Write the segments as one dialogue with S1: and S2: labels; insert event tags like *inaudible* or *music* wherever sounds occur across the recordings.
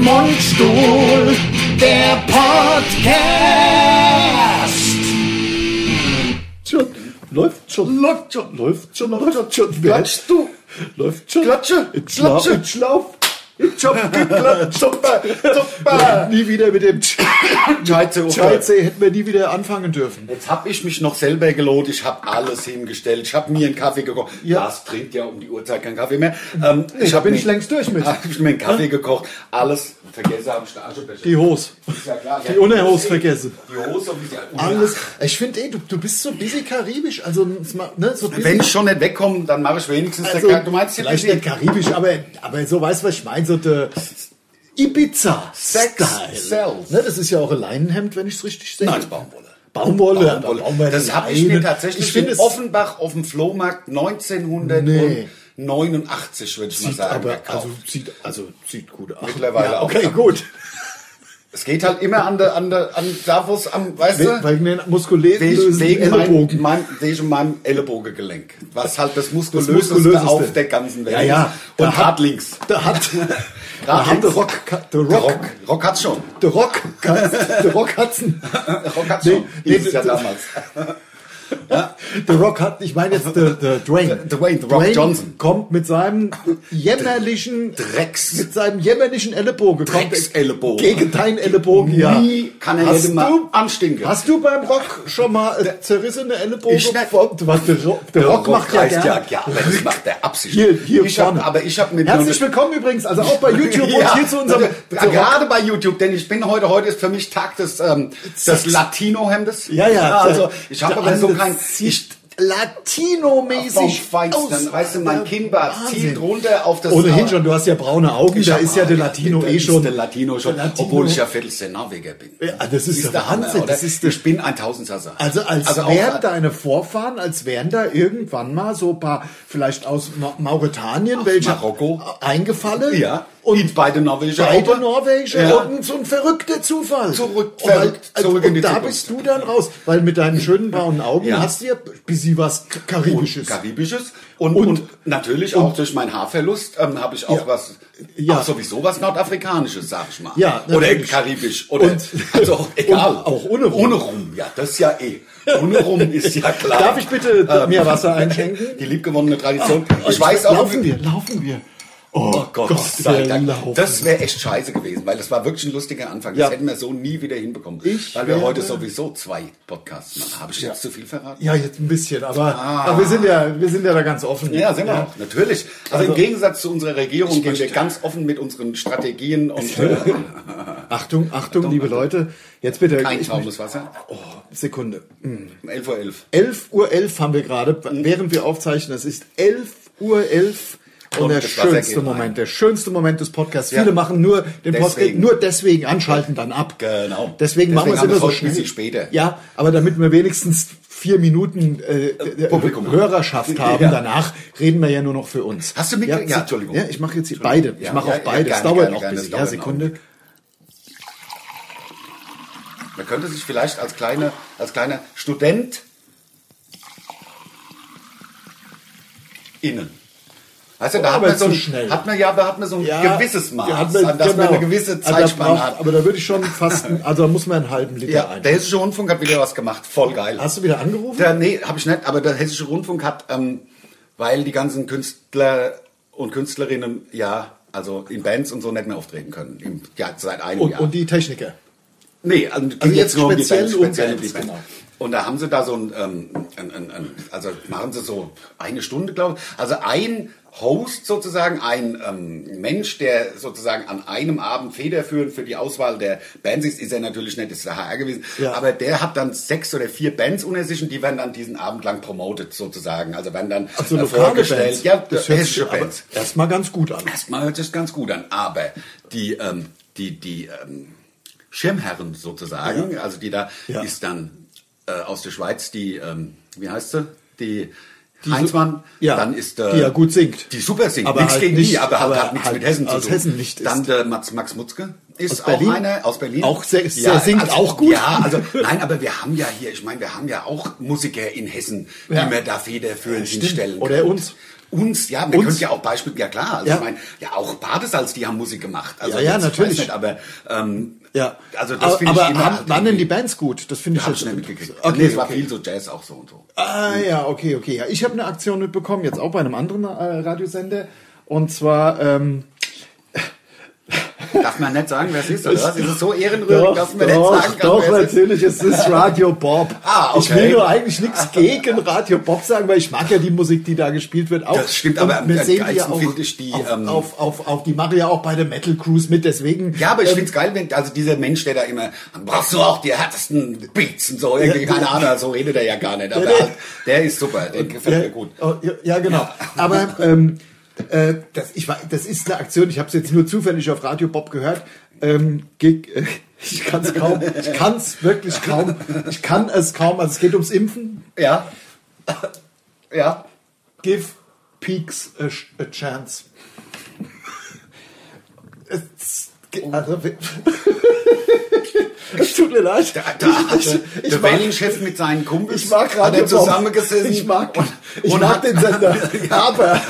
S1: Mundstuhl, der Podcast.
S2: schon, läuft schon,
S1: Läuft schon,
S2: läuft schon, läuft schon,
S1: Klatschst du?
S2: läuft schon.
S1: Klatsche,
S2: Jetzt lauf,
S1: klatsche.
S2: jetzt lauf.
S1: Ich hab geklatscht, super, super. Oh.
S2: Nie wieder mit dem
S1: Scheiße, okay.
S2: Scheiße hätten wir nie wieder anfangen dürfen.
S1: Jetzt hab ich mich noch selber gelohnt, ich hab alles hingestellt, ich hab mir einen Kaffee gekocht.
S2: Ja.
S1: Das trinkt ja um die Uhrzeit keinen Kaffee mehr. Ähm, ich hab
S2: bin
S1: mir-
S2: ich längst durch
S1: *laughs*
S2: mit.
S1: Hab ich mir einen Kaffee gekocht, alles vergessen habe ich den Aschenbecher.
S2: Die Hose.
S1: Ist ja klar,
S2: Die
S1: ja.
S2: Unterhose vergessen.
S1: Die Hose und die
S2: Alles. Ich finde, ey, du, du bist so busy karibisch. Also, ne, so busy.
S1: Wenn ich schon nicht wegkomme, dann mache ich wenigstens
S2: also,
S1: der Ka- Du meinst die
S2: vielleicht nicht karibisch, aber, aber so weißt du, was ich meine. So der Ibiza-Style.
S1: Sex sells.
S2: Ne, das ist ja auch ein Leinenhemd, wenn ich es richtig sehe.
S1: Nein, das ist Baumwolle.
S2: Baumwolle. aber
S1: Baumwolle.
S2: Baumwolle
S1: Das habe ich mir
S2: Leinen.
S1: tatsächlich
S2: Ich finde
S1: in
S2: es
S1: Offenbach auf dem Flohmarkt 1989, würde ich mal
S2: sieht
S1: sagen,
S2: aber,
S1: gekauft.
S2: also sieht, also sieht gut aus.
S1: Mittlerweile
S2: ja,
S1: auch.
S2: Okay, gut.
S1: es geht halt immer an der, an der, an da, wo es am, weißt
S2: We-
S1: du?
S2: Wegen den muskulösen
S1: Wegen wegen mein,
S2: Ellenbogen.
S1: mein, wegen meinem Ellenbogengelenk. Was halt das muskulöseste,
S2: Muskulöseste.
S1: auf der ganzen Welt
S2: Ja, ja.
S1: ist. Und
S2: Da hat-
S1: hart links. *laughs*
S2: Da hat,
S1: Grad
S2: da hat der
S1: links.
S2: Rock, der
S1: Der
S2: Rock,
S1: Rock, Rock hat's schon.
S2: der Rock, der Rock hat's,
S1: *laughs* Der Rock hat's
S2: Nee,
S1: schon.
S2: nee,
S1: Hieß es ja
S2: der-
S1: damals.
S2: der Rock hat, ich meine jetzt der, der Dwayne.
S1: Der Dwayne, The Rock Johnson.
S2: kommt mit seinem jämmerlichen,
S1: Drecks-
S2: mit seinem jämmerlichen Ellenbogen. kommt er
S1: Drecks-Ellenbogen.
S2: Gegen deinen Ellenbogen, ja.
S1: Nie kann er
S2: hast
S1: jedem mal
S2: du,
S1: anstinken.
S2: Hast du beim Rock schon mal eine zerrissene Ellenbogen?
S1: Ich nicht.
S2: vom- was, der, Ro- der Rock macht ja,
S1: reißt
S2: gerne.
S1: ja, ja, aber das macht der Absicht.
S2: Hier, hier
S1: ich
S2: vorne.
S1: hab, aber ich habe mir
S2: Herzlich willkommen übrigens, also auch
S1: *laughs*
S2: bei YouTube und
S1: Ja, Also,
S2: hier zu unserem
S1: ja, gerade bei YouTube, denn ich bin heute, heute ist für mich Tag des, ähm, des Latino-Hemdes.
S2: Ja, ja.
S1: Also
S2: der-
S1: ich habe
S2: der
S1: aber so
S2: andere
S1: kein, ich,
S2: sieht Latino-mäßig
S1: vom Feinsten.
S2: aus.
S1: Weißt du, mein
S2: Der
S1: Kinnbart
S2: Wahnsinn.
S1: zieht runter auf das-
S2: Ohnehin schon, du hast ja braune Augen,
S1: ich
S2: da
S1: hab-
S2: ist ja der
S1: ah,
S2: Latino
S1: da
S2: eh
S1: ist
S2: schon.
S1: Der Latino schon,
S2: Der Latino-
S1: obwohl ich ja Viertelsternnaviger bin.
S2: Ja, das ist der
S1: Hammer,
S2: Wahnsinn,
S1: oder?
S2: das ist der-
S1: ich bin ein Tausendsasser.
S2: Also als
S1: auch-
S2: wären deine Vorfahren, als wären da irgendwann mal so ein paar, vielleicht aus Ma Mauretanien, welche
S1: Marokko.
S2: eingefallen.
S1: Ja,
S2: und
S1: und beide norwegische
S2: beide
S1: Oper.
S2: Norweger
S1: Ja.
S2: und so ein verrückter Zufall.
S1: Zurück-
S2: und, halt-
S1: verrückt, zurück
S2: und,
S1: in die
S2: da
S1: Zukunft.
S2: bist du dann raus, weil mit deinen schönen braunen Augen
S1: Ja. Oh,
S2: hast du ja ein bisschen was K- Karibisches.
S1: Karibisches. Und,
S2: Und-
S1: und, natürlich auch durch meinen Haarverlust ähm, habe ich auch
S2: Ja.
S1: was,
S2: Ja.
S1: auch sowieso was Nordafrikanisches, sag ich mal.
S2: Ja,
S1: oder eben
S2: natürlich.
S1: Karibisch. Oder,
S2: Und-
S1: also auch egal.
S2: *laughs* Und auch ohne Rum.
S1: Ohne Rum, ja, das ist ja eh. Ohne Rum ist
S2: *laughs*
S1: ja klar. Ähm,
S2: Darf ich bitte mir Wasser einschenken?
S1: Die liebgewonnene Tradition. Ich
S2: Und
S1: weiß auch,
S2: Laufen wir, laufen wir.
S1: Oh, Gott,
S2: Gott,
S1: sei
S2: wir
S1: Dank.
S2: laufen.
S1: Das wäre echt scheiße gewesen, weil das war wirklich ein lustiger Anfang.
S2: Ja.
S1: Das hätten wir so nie wieder hinbekommen.
S2: Ich
S1: weil wir
S2: werde-
S1: heute sowieso zwei Podcasts machen. Habe ich jetzt zu viel verraten?
S2: Ja, jetzt ein bisschen, aber, aber wir sind ja, wir sind ja da ganz offen.
S1: Ah. Ja, sind wir auch. Natürlich. Also, im
S2: Also-
S1: Gegensatz zu unserer Regierung gehen wir ganz offen mit unseren Strategien
S2: *laughs*
S1: und äh,
S2: Achtung, Achtung, liebe Leute, jetzt bitte.
S1: kein
S2: ich-
S1: sauberes Wasser.
S2: Oh, Sekunde. Hm.
S1: Um 11.11 Uhr. 11.
S2: 11.11 Uhr haben wir gerade,
S1: Mhm.
S2: während wir aufzeichnen. Es ist 11.11 Uhr und,
S1: Und
S2: der
S1: das Wasser geht
S2: schönste
S1: rein.
S2: Moment, der schönste Moment des Podcasts.
S1: Ja.
S2: Viele machen nur den Podcast
S1: Deswegen.
S2: nur deswegen anschalten dann ab.
S1: Genau.
S2: Deswegen, machen wir
S1: Deswegen
S2: es
S1: haben
S2: immer
S1: wir's
S2: so
S1: heute ein
S2: schnell.
S1: bisschen später.
S2: Ja, aber damit wir wenigstens vier Minuten äh,
S1: Publikum.
S2: Publikum Hörerschaft haben,
S1: Ja.
S2: danach reden wir ja nur noch für uns.
S1: Hast du mitge-
S2: ja,
S1: ja,
S2: se-
S1: Entschuldigung.
S2: Ja, ich mache jetzt hier beide. Ich
S1: Ja,
S2: mache
S1: ja,
S2: auch
S1: ja,
S2: beide. Es
S1: gerne,
S2: dauert
S1: gerne,
S2: noch ein
S1: gerne, es
S2: bisschen. Ja,
S1: dauert einen
S2: Sekunde.
S1: Man könnte sich vielleicht als kleine, als kleiner Student innen. Weißt du,
S2: Oh,
S1: da hat
S2: aber
S1: man, so
S2: zu
S1: ein,
S2: schnell.
S1: hat man ja, da hat man so ein gewisses Maß,
S2: ja,
S1: an
S2: hat
S1: das
S2: man-
S1: man
S2: genau.
S1: eine gewisse
S2: aber, da
S1: Zeitspanne
S2: braucht-
S1: hat.
S2: aber da würde ich schon fast, also da muss man einen halben Liter
S1: Ja,
S2: ein.
S1: der Hessische Rundfunk hat wieder was gemacht. Voll geil.
S2: Hast du wieder angerufen?
S1: Der, nee, habe ich nicht. Aber der Hessische Rundfunk hat, ähm, weil die ganzen Künstler und Künstlerinnen ja, also in Bands und so nicht mehr auftreten können. Im, ja, seit einem
S2: und,
S1: Jahr.
S2: und die Techniker.
S1: nee, also, also
S2: jetzt
S1: jetzt nur
S2: speziell
S1: um die
S2: um
S1: Bands. Speziell um die
S2: Bands,
S1: Bands.
S2: genau.
S1: Und da haben sie da so ein, ähm, ein, ein, ein, also machen sie so eine Stunde, glaube ich. Also ein Host sozusagen, ein ähm, Mensch, der sozusagen an einem Abend federführend für die Auswahl der Bands ist, ist er natürlich nicht, ist der HR gewesen,
S2: Ja.
S1: aber der hat dann sechs oder vier Bands unter sich und die werden dann diesen Abend lang promotet sozusagen. Also werden dann
S2: Also
S1: äh,
S2: lokale Bands.
S1: Ja,
S2: hört
S1: hessische
S2: sich aber
S1: Bands. Also,
S2: Erstmal ganz gut an.
S1: Erstmal hört sich ganz gut an, aber die, ähm, die, die ähm, Schirmherren sozusagen, also die da
S2: Ja.
S1: ist dann äh, aus der Schweiz die, ähm, wie heißt sie? Die,
S2: Die
S1: Heinzmann,
S2: Su- ja,
S1: dann ist äh,
S2: die ja gut singt.
S1: Die super singt,
S2: Aber
S1: nichts
S2: halt
S1: gegen
S2: nicht-
S1: die, aber,
S2: aber
S1: hat, hat nichts
S2: halt
S1: mit Hessen zu
S2: aus
S1: tun.
S2: Hessen nicht ist.
S1: Dann der Max, Max Mutzke ist
S2: Aus
S1: auch
S2: Berlin?
S1: einer aus Berlin.
S2: Auch sehr- sehr singt auch gut.
S1: Ja, also nein, aber wir haben ja hier, ich meine, wir haben ja auch Musiker in Hessen,
S2: Ja.
S1: die wir da federführend
S2: Stimmt.
S1: hinstellen.
S2: Oder
S1: können.
S2: uns.
S1: uns, ja, man
S2: Uns?
S1: könnte ja auch Beispiel, ja klar, also
S2: Ja.
S1: ich meine, ja auch Badesalz, die haben Musik gemacht. Also
S2: Ja, ja,
S1: jetzt,
S2: natürlich.
S1: Weiß nicht, aber ähm,
S2: Ja,
S1: also das finde ich
S2: aber
S1: immer
S2: haben,
S1: halt
S2: waren denn die
S1: irgendwie-
S2: Bands gut? Das finde ich
S1: Hab ich
S2: jetzt-
S1: nicht mitgekriegt.
S2: Okay,
S1: nee, es war
S2: okay.
S1: viel so Jazz auch so und so.
S2: Ah ja, okay, okay. Ja, ich habe eine Aktion mitbekommen, jetzt auch bei einem anderen äh, Radiosender. Und zwar, ähm,
S1: Darf man nicht sagen, wer es ist, oder was? Ist es
S2: *laughs*
S1: so ehrenrührig, dass man nicht sagen kann,
S2: doch,
S1: wer es ist?
S2: natürlich, es ist Radio Bob.
S1: *laughs* Ah, okay.
S2: Ich will nur eigentlich nichts gegen Radio Bob sagen, weil ich mag ja die Musik, die da gespielt wird. Auch.
S1: Das stimmt, aber am- am geilsten finde ich die,
S2: auf,
S1: ähm,
S2: auf, auf, auf, die machen ja auch bei der Metal Cruise mit, deswegen. ähm,
S1: Ja, aber ich find's geil, wenn, also dieser Mensch, der da immer, dann brauchst du auch die härtesten Beats und so, irgendwie, keine Ahnung, so redet er ja gar nicht, aber
S2: der-
S1: halt, der ist super, der gefällt
S2: ja,
S1: mir gut.
S2: Oh, ja, ja, genau.
S1: *laughs*
S2: Aber ähm, äh, das, ich, war- das ist eine Aktion, ich habe es jetzt nur zufällig auf Radio Bob gehört. Ähm, geg- äh, *laughs* ich kann es kaum, ich kann es wirklich kaum, ich kann es kaum. Also es geht ums Impfen.
S1: Ja. Ja.
S2: Give Peaks a, sh- a chance. *laughs* Es, ge- also, wir- es tut mir leid.
S1: Da, da
S2: Ich-
S1: hatte
S2: ich- ich
S1: der
S2: mag-
S1: Wellenchef mit seinen Kumpels,
S2: Ich mag
S1: hat
S2: Radio
S1: er
S2: Bob.
S1: zusammengesessen.
S2: Ich mag,
S1: und-
S2: ich
S1: und
S2: mag
S1: hat-
S2: *laughs* den Sender. Aber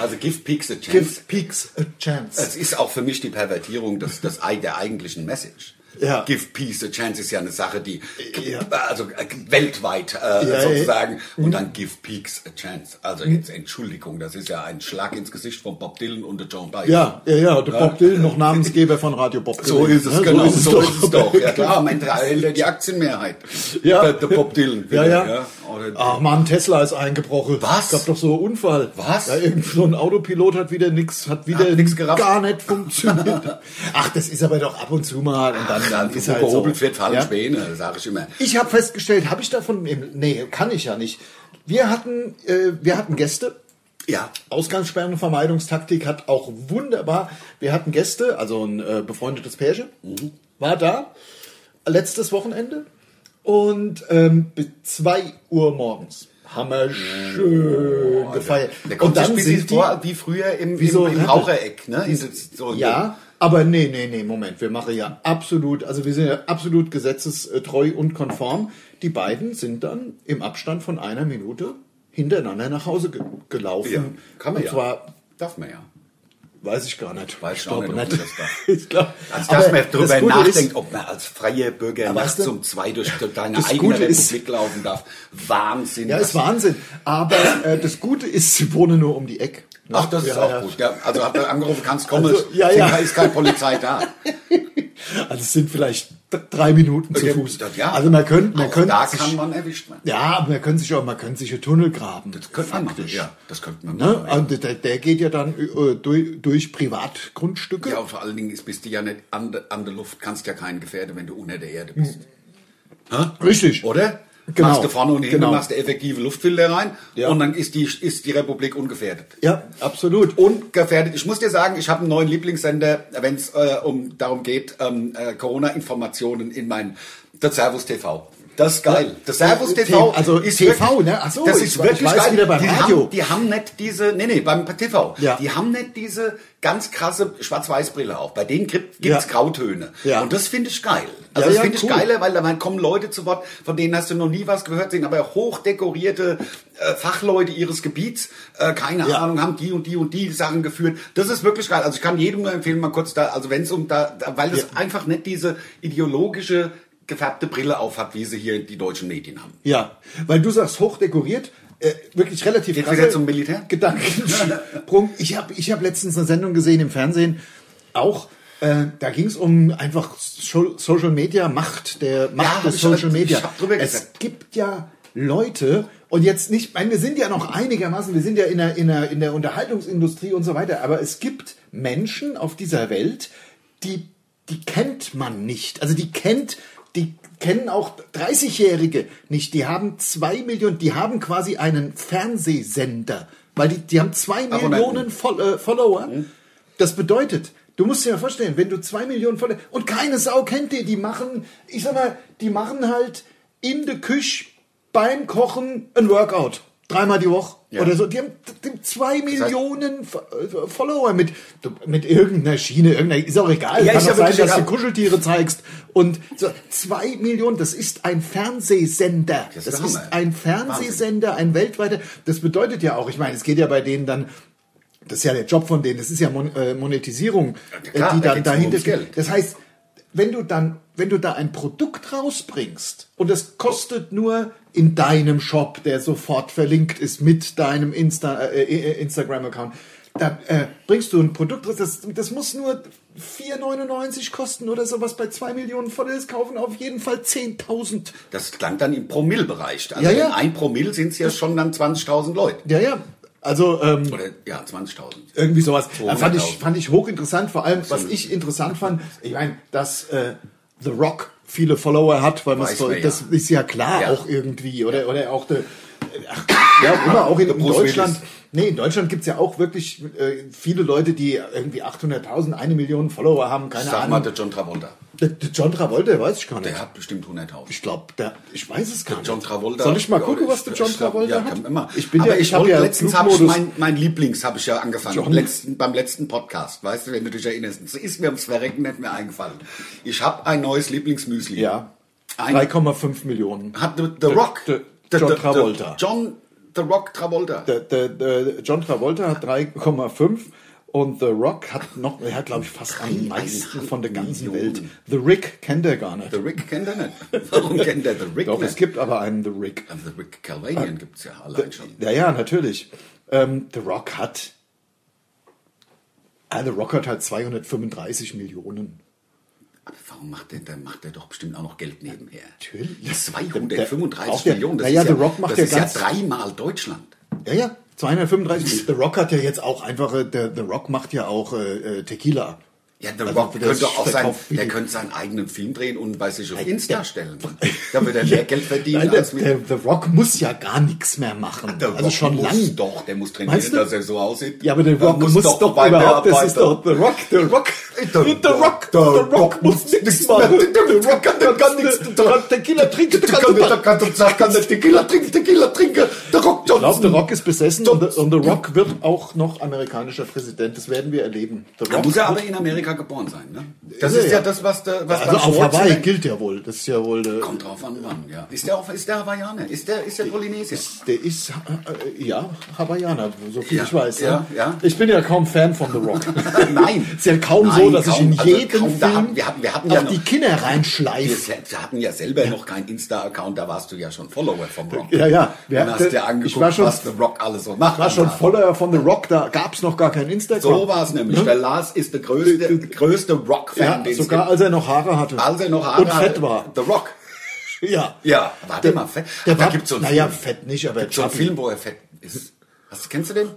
S1: Also Give Peaks a Chance.
S2: give Peaks a chance.
S1: Es ist auch für mich die Pervertierung des, des, ei- der eigentlichen Message.
S2: Ja.
S1: Give peace a chance ist ja eine Sache, die
S2: Ja.
S1: also äh, weltweit äh,
S2: Ja, Mhm.
S1: sozusagen und dann give peaks a chance. Also jetzt Entschuldigung, das ist ja ein Schlag ins Gesicht von Bob Dylan und der John Baez.
S2: Ja, ja, ja, der Bob Dylan, noch Namensgeber von Radio Bob Dylan.
S1: So ist es,
S2: ne?
S1: genau,
S2: So ist es doch.
S1: doch.
S2: *laughs*
S1: Ja klar, mein hält ja die Aktienmehrheit. Äh,
S2: Ja.
S1: Der, der Bob Dylan.
S2: Ja, ja. Ah,
S1: Oder-
S2: Ach man, Tesla ist eingebrochen.
S1: Was?
S2: Gab doch so einen Unfall.
S1: Was?
S2: Ja, irgend so ein Autopilot hat wieder nix, hat wieder
S1: Hat nix gerafft.
S2: gar nicht funktioniert. *laughs* Ach, das ist aber doch ab und zu mal und dann,
S1: Dann,
S2: *laughs*
S1: dann ist
S2: halt so.
S1: wird, fallen
S2: Ja?
S1: Späne, sage ich immer.
S2: Ich habe festgestellt, habe ich davon im, nee, kann ich ja nicht. Wir hatten äh, wir hatten Gäste
S1: Ja.
S2: Ausgangssperren und Vermeidungstaktik hat auch wunderbar. Wir hatten Gäste, also ein äh, befreundetes Pärchen
S1: Mhm.
S2: war da letztes Wochenende und ähm, bis 2 Uhr morgens haben wir schön gefeiert.
S1: Oh, Der kommt
S2: und dann
S1: sich
S2: sind
S1: sind
S2: die,
S1: vor wie früher im,
S2: Wie so-
S1: im, im Rauchereck, ne? Ist es so
S2: ja, aber nee, nee, nee, Moment, wir machen ja absolut, also wir sind ja absolut gesetzestreu und konform. Die beiden sind dann im Abstand von einer Minute hintereinander nach Hause ge gelaufen.
S1: Ja, kann man
S2: und
S1: ja.
S2: zwar
S1: Darf man ja.
S2: Weiß ich gar nicht.
S1: Weiß ich auch
S2: glaube
S1: nicht, ob das darf.
S2: *laughs* ich glaube,
S1: Also, dass
S2: aber
S1: man darüber
S2: das Gute
S1: nachdenkt,
S2: Ist,
S1: ob man als freier Bürger
S2: Aber
S1: nachts
S2: weißt du,
S1: um zwei durch deine
S2: das
S1: eigene
S2: Gute ist-
S1: Republik laufen darf. Wahnsinn.
S2: ja, ist Wahnsinn. Aber äh, das Gute ist, sie wohnen nur um die Ecke. Ne?
S1: Ach, das
S2: ja,
S1: ist auch
S2: ja.
S1: gut. Ja, also
S2: *laughs*
S1: hat er angerufen, kannst kommen.
S2: Also, ja,
S1: es *laughs*
S2: ja.
S1: Ist keine Polizei da.
S2: Also es sind vielleicht d- drei Minuten zu Fuß.
S1: Ja.
S2: Also man könnte, man
S1: Auch
S2: könnte
S1: da
S2: sich,
S1: kann man erwischt werden.
S2: ja, aber man könnte sich auch, man könnte sich einen Tunnel graben.
S1: Das könnte man machen.
S2: Faktisch.
S1: Ja, das könnte man machen.
S2: Ne? Und der, der geht ja dann äh, durch, durch Privatgrundstücke.
S1: Ja, und vor allen Dingen ist, bist du ja nicht an, de- an der Luft, kannst ja keinen gefährden, wenn du unter der Erde bist.
S2: *laughs* Richtig.
S1: Oder?
S2: Hm. Genau.
S1: Machst du vorne und hinten,
S2: Genau.
S1: machst du effektive Luftfilter rein
S2: Ja.
S1: und dann ist die, ist die Republik ungefährdet.
S2: Ja, absolut.
S1: Ungefährdet. Ich muss dir sagen, ich habe einen neuen Lieblingssender, wenn es äh, um, darum geht, ähm, äh, Corona-Informationen in mein das Servus TV. Das ist geil. Das Servus TV.
S2: Also TV, ne? Ach so,
S1: das
S2: ich
S1: ist
S2: weiß-
S1: wirklich
S2: ich weiß
S1: geil.
S2: wieder beim
S1: die
S2: Radio.
S1: Haben, die haben nicht diese, nee, nee, beim TV.
S2: Ja.
S1: Die haben nicht diese ganz krasse Schwarz-Weiß-Brille auf. Bei denen gibt, gibt's
S2: Ja.
S1: Grautöne.
S2: Ja.
S1: Und das finde ich geil. Also
S2: Ja,
S1: das
S2: ja,
S1: finde
S2: cool.
S1: ich geiler, weil da kommen Leute zu Wort, von denen hast du noch nie was gehört, sind aber hochdekorierte äh, Fachleute ihres Gebiets. Äh, keine
S2: Ja.
S1: Ahnung, haben die und die und die Sachen geführt. Das ist wirklich geil. Also ich kann jedem nur empfehlen, mal kurz da, also wenn es um da, da weil es einfach nicht diese ideologische gefärbte Brille aufhat, wie sie hier die deutschen Medien haben.
S2: Ja, weil du sagst hochdekoriert, äh, wirklich relativ
S1: Geht
S2: krasse
S1: wieder zum Militär?
S2: Gedankensprung. Ich habe ich hab letztens eine Sendung gesehen im Fernsehen, auch äh, da ging es um einfach Scho- Social Media Macht der Macht
S1: Ja,
S2: des
S1: ich-
S2: Social Media.
S1: ich hab drüber
S2: es
S1: gesagt.
S2: gibt ja Leute und jetzt nicht, ich meine, wir sind ja noch einigermaßen, wir sind ja in der, in der in der Unterhaltungsindustrie und so weiter, aber es gibt Menschen auf dieser Welt, die die kennt man nicht. Also die kennt, die kennen auch 30-Jährige nicht. Die haben zwei Millionen, die haben quasi einen Fernsehsender, weil die, die haben zwei
S1: Abonnenten.
S2: Millionen Fol äh, Follower.
S1: Mhm.
S2: Das bedeutet, du musst dir ja vorstellen, wenn du zwei Millionen Follower und keine Sau kennt die, die machen, ich sag mal, die machen halt in der Küche beim Kochen ein Workout. dreimal die Woche
S1: Ja.
S2: oder so. Die haben, die haben zwei Millionen F- äh, Follower mit, mit irgendeiner Schiene, irgendeiner, ist auch egal.
S1: Ja,
S2: Kann
S1: ist ja
S2: doch sein,
S1: wirklich
S2: dass du
S1: egal.
S2: Kuscheltiere zeigst. Und so, zwei Millionen, das ist ein Fernsehsender. Das
S1: Das
S2: ist,
S1: ist der Hammer.
S2: ein Fernsehsender, ein weltweiter. Das bedeutet ja auch, ich meine, es geht ja bei denen dann, das ist ja der Job von denen, das ist ja Mon äh, Monetisierung,
S1: Ja,
S2: äh,
S1: klar,
S2: die
S1: da geht's
S2: dann
S1: nur
S2: dahinter
S1: ums Geld.
S2: Das heißt, wenn du dann, wenn du da ein Produkt rausbringst und das kostet nur in deinem Shop, der sofort verlinkt ist mit deinem Insta, äh, äh, Instagram-Account, dann äh, bringst du ein Produkt raus, das, das muss nur 4,99 kosten oder sowas. Bei 2 Millionen Followers kaufen auf jeden Fall 10.000.
S1: Das klang dann im Promille-Bereich. Also
S2: Ja, ja.
S1: in ein Promille sind es ja schon dann 20.000 Leute.
S2: Ja, ja. Also, ähm,
S1: Oder ja, 20.000.
S2: Irgendwie sowas.
S1: So,
S2: Äh, fand, ich,
S1: 100.000.
S2: fand ich hochinteressant. Vor allem, was ich interessant fand, ich meine, dass äh, The Rock viele Follower hat, weil man
S1: Weiß
S2: so,
S1: man ja.
S2: das ist ja klar
S1: Ja.
S2: auch irgendwie. Oder, oder auch der, äh, ach, ja, auch immer auch in,
S1: Der
S2: in
S1: Bruce
S2: Deutschland.
S1: Willis.
S2: Nee, in Deutschland gibt's ja auch wirklich äh, viele Leute, die irgendwie 800.000, eine Million Follower haben, keine
S1: Sag mal,
S2: Ahnung.
S1: der John Travolta.
S2: Der, der John Travolta, der weiß ich gar nicht.
S1: Der hat bestimmt 100.000.
S2: Ich glaube, der, ich weiß es gar nicht.
S1: John Travolta.
S2: Soll ich mal
S1: Ja,
S2: gucken,
S1: oder
S2: was der
S1: ich-
S2: John
S1: ich glaub,
S2: Travolta
S1: ja,
S2: hat?
S1: kann Immer.
S2: Ich bin
S1: Aber
S2: ja, ich, hab
S1: wollte
S2: ja
S1: letztens habe ich
S2: Flugmodus.
S1: mein, mein Lieblings habe ich ja angefangen.
S2: John?
S1: Letzten, beim letzten Podcast, weißt du, wenn du dich erinnerst, das ist mir ums Verrecken nicht mehr eingefallen. Ich habe ein neues Lieblingsmüsli.
S2: Ja.
S1: Ein-
S2: 3,5 Millionen.
S1: Hat The, the Rock,
S2: der- John Travolta.
S1: The, John The Rock Travolta.
S2: Der, der, der John Travolta hat 3,5 und The Rock hat noch, er hat glaube ich fast am meisten von der ganzen
S1: Millionen.
S2: Welt. The Rick kennt er gar nicht.
S1: the Rick kennt er nicht. Warum kennt er The Rick
S2: Doch, es
S1: nicht?
S2: gibt Ah. aber einen The Rick.
S1: Also The Rick Calvanian gibt's ja allein schon.
S2: Ja, ja, natürlich. Ähm, The Rock hat. Ah, The Rock hat halt 235 Millionen.
S1: Aber warum macht der, dann macht der doch bestimmt auch noch Geld nebenher?
S2: Natürlich.
S1: Ja,
S2: Braucht
S1: 235
S2: der-
S1: Millionen, das
S2: Naja,
S1: ist, ja,
S2: The Rock macht
S1: das
S2: ja
S1: ist ja
S2: ganz-
S1: dreimal Deutschland.
S2: Ja, ja, 235. The Rock hat ja jetzt auch einfach, äh, der, The Rock macht ja auch äh, äh, Tequila.
S1: Ja, The
S2: Also,
S1: Rock
S2: der
S1: könnte auch sein,
S2: verkauft wie
S1: der
S2: die-
S1: könnte seinen eigenen Film drehen und bei sich auf
S2: Nein,
S1: Insta
S2: der-
S1: stellen. Da würde er mehr Geld verdienen
S2: Nein, der,
S1: als mit.
S2: der, The Rock muss ja gar nichts mehr machen.
S1: Der
S2: also
S1: Rock
S2: schon
S1: muss
S2: lang.
S1: doch, der muss
S2: Meinst
S1: trainieren,
S2: du?
S1: dass er so aussieht.
S2: Ja, aber der
S1: Der
S2: Rock muss, doch
S1: weiter
S2: überhaupt, das ist doch
S1: arbeiten.
S2: The Rock, The Rock, The Rock, The Rock muss nichts machen.
S1: Der Rock kann, der kann nichts.
S2: Der Rock, Tequila trinken, der
S1: Der
S2: kann
S1: kann, der
S2: nicht.
S1: kann, der kann nicht Tequila trinken, Tequila trinken. Der Rock
S2: Ich glaube, The
S1: Johnson.
S2: Rock ist besessen und, The- und The Rock wird auch noch amerikanischer Präsident. Das werden wir erleben. The
S1: Da
S2: Rock
S1: muss er
S2: wird-
S1: aber in Amerika geboren sein, ne? Das
S2: er
S1: ist ja
S2: ja.
S1: das, was der, was
S2: also
S1: beim
S2: auf
S1: Schwarzenegger-
S2: Hawaii gilt ja wohl. Das ist ja wohl der,
S1: Kommt drauf an, wann, ja. Ist der, auch, ist der Hawaiianer? Ist der, ist der Polynesier?
S2: der ist äh, ja Hawaiianer, so viel
S1: Ja,
S2: ich weiß.
S1: ja,
S2: ne?
S1: ja.
S2: Ich bin ja kaum Fan von The Rock.
S1: *laughs* Nein.
S2: ist ja kaum so,
S1: Nein,
S2: dass ich
S1: kaum.
S2: in
S1: Also
S2: jedem
S1: kaum. Da
S2: Film
S1: hatten- wir hatten- wir hatten
S2: auf
S1: ja noch-
S2: die Kinder reinschleife.
S1: Wir, wir hatten ja selber noch keinen Insta-Account, da warst du ja schon Follower vom Rock.
S2: Ja, ja. Wir-
S1: Dann hast
S2: der-
S1: dir angeguckt,
S2: ich war schon-
S1: was The Rock alles so macht.
S2: Ich war schon voller von The Rock, da gab es noch gar kein Instagram.
S1: Ah, so war es nämlich. Der Lars ist der größte, größte Rock-Fan,
S2: Ja,
S1: den
S2: sogar
S1: es
S2: als er noch Haare hatte.
S1: gibt. Als er noch Haare
S2: Und fett
S1: hatte,
S2: war.
S1: The Rock.
S2: Ja.
S1: Ja, warte
S2: Der-
S1: mal, fett.
S2: Der
S1: Aber
S2: gab,
S1: gibt's so einen
S2: naja,
S1: Film?
S2: fett nicht, aber
S1: So ein
S2: Chubby.
S1: Film, wo er fett ist. Hast, kennst du den?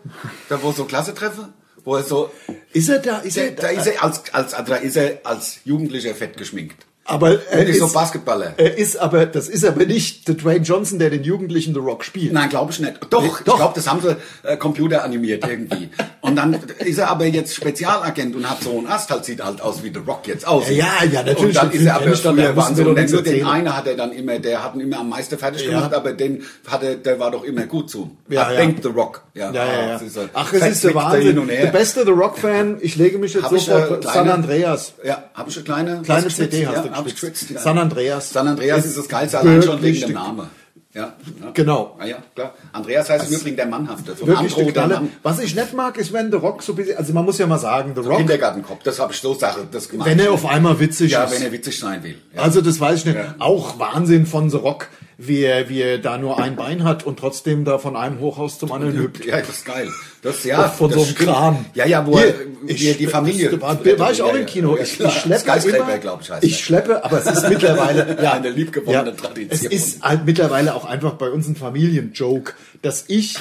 S1: Da wo so Klasse treffe? Wo er so,
S2: Ist er da? Ist
S1: da,
S2: er
S1: da ist er als, als, da ist er als Jugendlicher fett geschminkt.
S2: Aber er
S1: Er ist
S2: ist,
S1: so Basketballer.
S2: er ist aber, das ist aber nicht der Dwayne Johnson, der den Jugendlichen The Rock spielt.
S1: Nein, glaube ich nicht. Doch, ich
S2: doch.
S1: glaube, das haben sie äh, Computer animiert irgendwie. Und dann ist er aber jetzt Spezialagent und hat so einen Ast, halt sieht halt aus wie The Rock jetzt aus.
S2: Ja, ja, natürlich,
S1: Und dann
S2: den
S1: ist er
S2: kenn
S1: aber
S2: ich dann, da
S1: früher
S2: müssen wir
S1: Wahnsinn.
S2: doch
S1: Und
S2: nichts
S1: nur den
S2: erzählen.
S1: einen hat er dann immer, der hat ihn immer am meisten fertig
S2: Ja.
S1: gemacht, aber den hatte, der war doch immer gut zu.
S2: Ja,
S1: hat
S2: ja.
S1: Denkt The Rock. Ja,
S2: Ja, ja, ja.
S1: das ist halt
S2: Ach, es ist
S1: verklickt
S2: der
S1: Hin
S2: Wahnsinn.
S1: und
S2: Der
S1: her.
S2: beste The Rock-Fan. Ich lege mich jetzt
S1: Hab ich,
S2: sofort.
S1: äh, kleine-
S2: San Andreas.
S1: Ja, habe ich eine kleine,
S2: Kleine
S1: hast du
S2: CD
S1: geschwitzt?
S2: hast
S1: ja, hab
S2: du
S1: ich
S2: geschwitzt.
S1: geschwitzt, ja.
S2: San Andreas.
S1: San Andreas ist das geilste, allein schon wegen
S2: wirklich
S1: dem
S2: die-
S1: Namen. Ja, ja.
S2: Genau.
S1: Ah, ja, klar. Andreas heißt im Übrigen der Mannhafte. Vom
S2: Wirklich die
S1: Andro, der
S2: Knalle.
S1: Mann.
S2: Was ich nicht mag, ist, wenn The Rock so ein bisschen, also man muss ja mal sagen, The Rock,
S1: Kindergartenkopf, das habe ich so Sache, das gemacht.
S2: wenn er auf einmal witzig
S1: ja,
S2: ist.
S1: wenn er witzig sein will. Ja.
S2: Also das weiß ich nicht.
S1: Ja.
S2: Auch Wahnsinn von The Rock, wie er, wie er da nur ein Bein hat und trotzdem da von einem Hochhaus zum anderen hüpft.
S1: Ja, das ist geil. Das ja,
S2: Von
S1: das
S2: so einem
S1: stimmt.
S2: Kran.
S1: Ja, ja, wo
S2: Hier,
S1: er hier die Familie.
S2: Da war, war ich auch
S1: Ja,
S2: im Kino.
S1: Ja,
S2: ich,
S1: klar.
S2: ich schleppe
S1: Skyscraper,
S2: immer,
S1: glaub ich, heißt
S2: ich
S1: der.
S2: schleppe, aber es
S1: *laughs*
S2: ist mittlerweile ja,
S1: Eine liebgewonnene
S2: ja,
S1: Tradition.
S2: Es ist halt mittlerweile auch einfach bei uns ein Familienjoke, dass ich,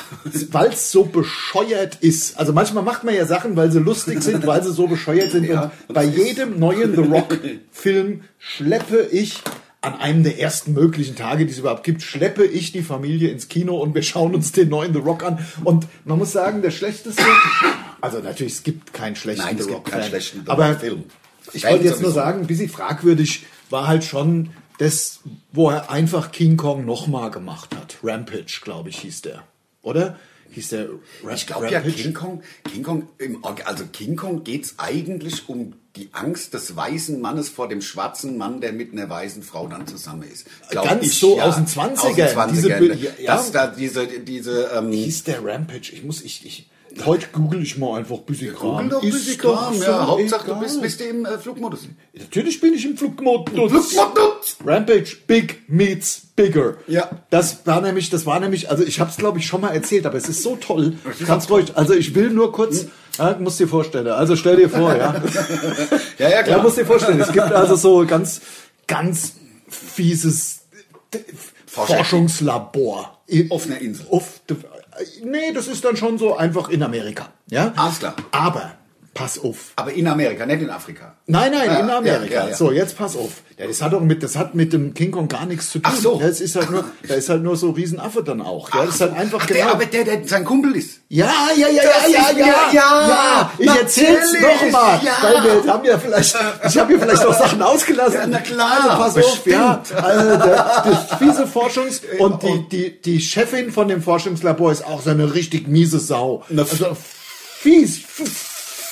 S2: weil es so bescheuert ist. Also manchmal macht man ja Sachen, weil sie lustig sind, weil sie so bescheuert sind.
S1: Ja,
S2: und
S1: und
S2: bei
S1: das ist-
S2: jedem neuen The
S1: *laughs*
S2: Rock Film schleppe ich an einem der ersten möglichen Tage, die es überhaupt gibt, schleppe ich die Familie ins Kino und wir schauen uns den neuen The Rock an. Und man muss sagen, der schlechteste, also natürlich, es gibt keinen schlechten
S1: Nein,
S2: The
S1: es gibt
S2: Rock.
S1: keinen
S2: Fan.
S1: schlechten The
S2: Aber
S1: Rock-Film.
S2: ich
S1: Fan
S2: wollte jetzt nur
S1: sowieso.
S2: sagen, ein bisschen fragwürdig war halt schon das, wo er einfach King Kong nochmal gemacht hat. Rampage, glaube ich, hieß der. oder? Hieß der Rap
S1: Ich glaube ja,
S2: Rampage?
S1: King Kong, King Kong, im, Org- also King Kong geht's eigentlich um die Angst des weißen Mannes vor dem schwarzen Mann, der mit einer weißen Frau dann zusammen ist. Glaub
S2: Ganz
S1: ich,
S2: so
S1: ja.
S2: aus den 20ern,
S1: Aus den 20ern.
S2: diese Bild- ja, ja.
S1: Dass da diese, diese, ähm,
S2: Hieß der Rampage? Ich muss, ich, ich, heute google ich mal einfach Busy
S1: Google
S2: Kram.
S1: doch,
S2: Ist
S1: bis ich kam,
S2: so
S1: ja. Hauptsache, du
S2: egal.
S1: bist, bist du im äh, Flugmodus.
S2: Natürlich bin ich im Flugmodus.
S1: Flugmodus!
S2: Rampage Big meets Bigger.
S1: Ja.
S2: Das war nämlich, das war nämlich, also ich habe es glaube ich schon mal erzählt, aber es ist so toll. Ganz ruhig. Also ich will nur kurz, ja, muss dir vorstellen. Also stell dir vor, *laughs* ja.
S1: Ja, ja, klar.
S2: Ja, musst dir vorstellen. Es gibt also so ganz, ganz fieses
S1: Forscher-
S2: Forschungslabor
S1: Auf einer Insel.
S2: auf de, nee, das ist dann schon so einfach in Amerika. Ja?
S1: Alles klar.
S2: Aber, pass auf.
S1: Aber in Amerika, nicht in Afrika.
S2: Nein, nein,
S1: Ah,
S2: in
S1: ja,
S2: Amerika.
S1: ja, ja.
S2: So, jetzt pass auf. Ja, das hat doch mit, das hat mit dem King Kong gar nichts zu tun.
S1: Ach so.
S2: Ja, es ist halt nur, da ist halt nur so ein Riesenaffe dann auch. Ja, das ist halt einfach
S1: Ach,
S2: genau.
S1: der, aber der, der sein Kumpel ist.
S2: ja, ja, ja, ja,
S1: Das
S2: ja,
S1: ist
S2: ja,
S1: mir- ja,
S2: Ich erzähl's
S1: natürlich,
S2: nochmal.
S1: ja.
S2: Weil wir haben ja vielleicht, ich habe hier vielleicht noch Sachen ausgelassen.
S1: Ja, na klar,
S2: Also pass auf,
S1: bestimmt. Äh,
S2: ja. Also der, das fiese Forschungs- und die, die, die Chefin von dem Forschungslabor ist auch so eine richtig miese Sau. Also fies, fiese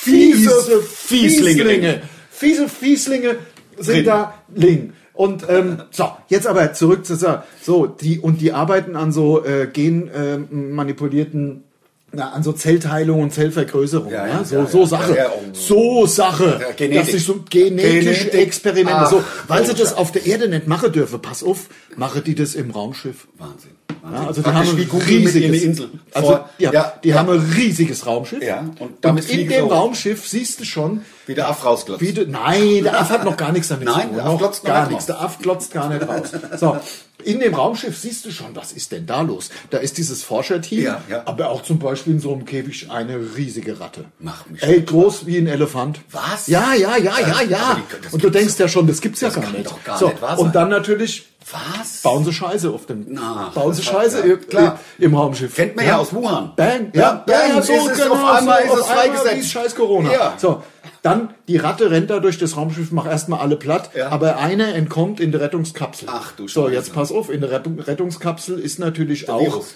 S1: Fiese Fieslinge.
S2: Fieslinge. Fiese Fieslinge sind da Ling. Und ähm, so, jetzt aber zurück zu Sa- so die und die arbeiten an so äh, genmanipulierten na, an so Zellteilung und Zellvergrößerung, ja,
S1: Ja, ja,
S2: so
S1: ja,
S2: so
S1: ja.
S2: Sache,
S1: Ja, ja, um-
S2: so Sache,
S1: Ja, Genetik.
S2: dass sich so genetische
S1: Genetik. Ah, oh,
S2: Experimente, so,
S1: Ach,
S2: weil sie das
S1: ja.
S2: auf der Erde nicht machen dürfen, pass auf, mache die das im Raumschiff.
S1: Wahnsinn.
S2: Ja,
S1: Wahnsinn.
S2: also die
S1: Praktisch
S2: haben
S1: wie
S2: ein
S1: Google mit ihrer
S2: riesiges,
S1: Insel.
S2: also
S1: Vor-
S2: ja,
S1: ja,
S2: die
S1: ja.
S2: haben ein riesiges Raumschiff.
S1: Ja, und
S2: und,
S1: damit
S2: in
S1: fliegen
S2: dem
S1: sie hoch.
S2: Raumschiff siehst du schon,
S1: Wie der Aff rausglotzt.
S2: wie du, nein, der Aff hat noch gar nichts damit
S1: Nein,
S2: zu tun.
S1: der Aff
S2: noch
S1: glotzt noch
S2: gar
S1: nicht
S2: nichts.
S1: raus.
S2: Der Aff glotzt gar nicht raus. So, in dem Raumschiff siehst du schon, was ist denn da los? Da ist dieses Forscherteam,
S1: Ja, ja.
S2: aber auch zum Beispiel in so einem Käfig eine riesige Ratte.
S1: Mach mich
S2: Ey, groß wie ein Elefant.
S1: Was?
S2: Ja, ja, ja, ja,
S1: Also,
S2: ja.
S1: aber die- das
S2: Und du
S1: gibt's
S2: denkst ja schon, das gibt's ja
S1: Das
S2: gar
S1: kann
S2: nicht.
S1: doch gar
S2: so,
S1: nicht wahr sein.
S2: und dann natürlich
S1: Was?
S2: bauen sie Scheiße auf dem,
S1: Na,
S2: bauen sie
S1: das
S2: Scheiße
S1: hat- ja,
S2: im,
S1: klar.
S2: im Raumschiff.
S1: Kennt man ja aus Wuhan.
S2: Bang,
S1: Ja,
S2: ja,
S1: bang,
S2: ja, so
S1: ist es
S2: genau,
S1: auf einmal
S2: so,
S1: ist
S2: auf
S1: es
S2: einmal
S1: freigesetzt.
S2: wie Scheiß Corona.
S1: Ja.
S2: So, dann die Ratte rennt da durch das Raumschiff, macht erstmal alle platt,
S1: Ja.
S2: aber eine entkommt in der Rettungskapsel.
S1: Ach du
S2: So,
S1: Scheiße.
S2: jetzt pass auf, in der Rettung- Rettungskapsel ist natürlich auch
S1: Virus.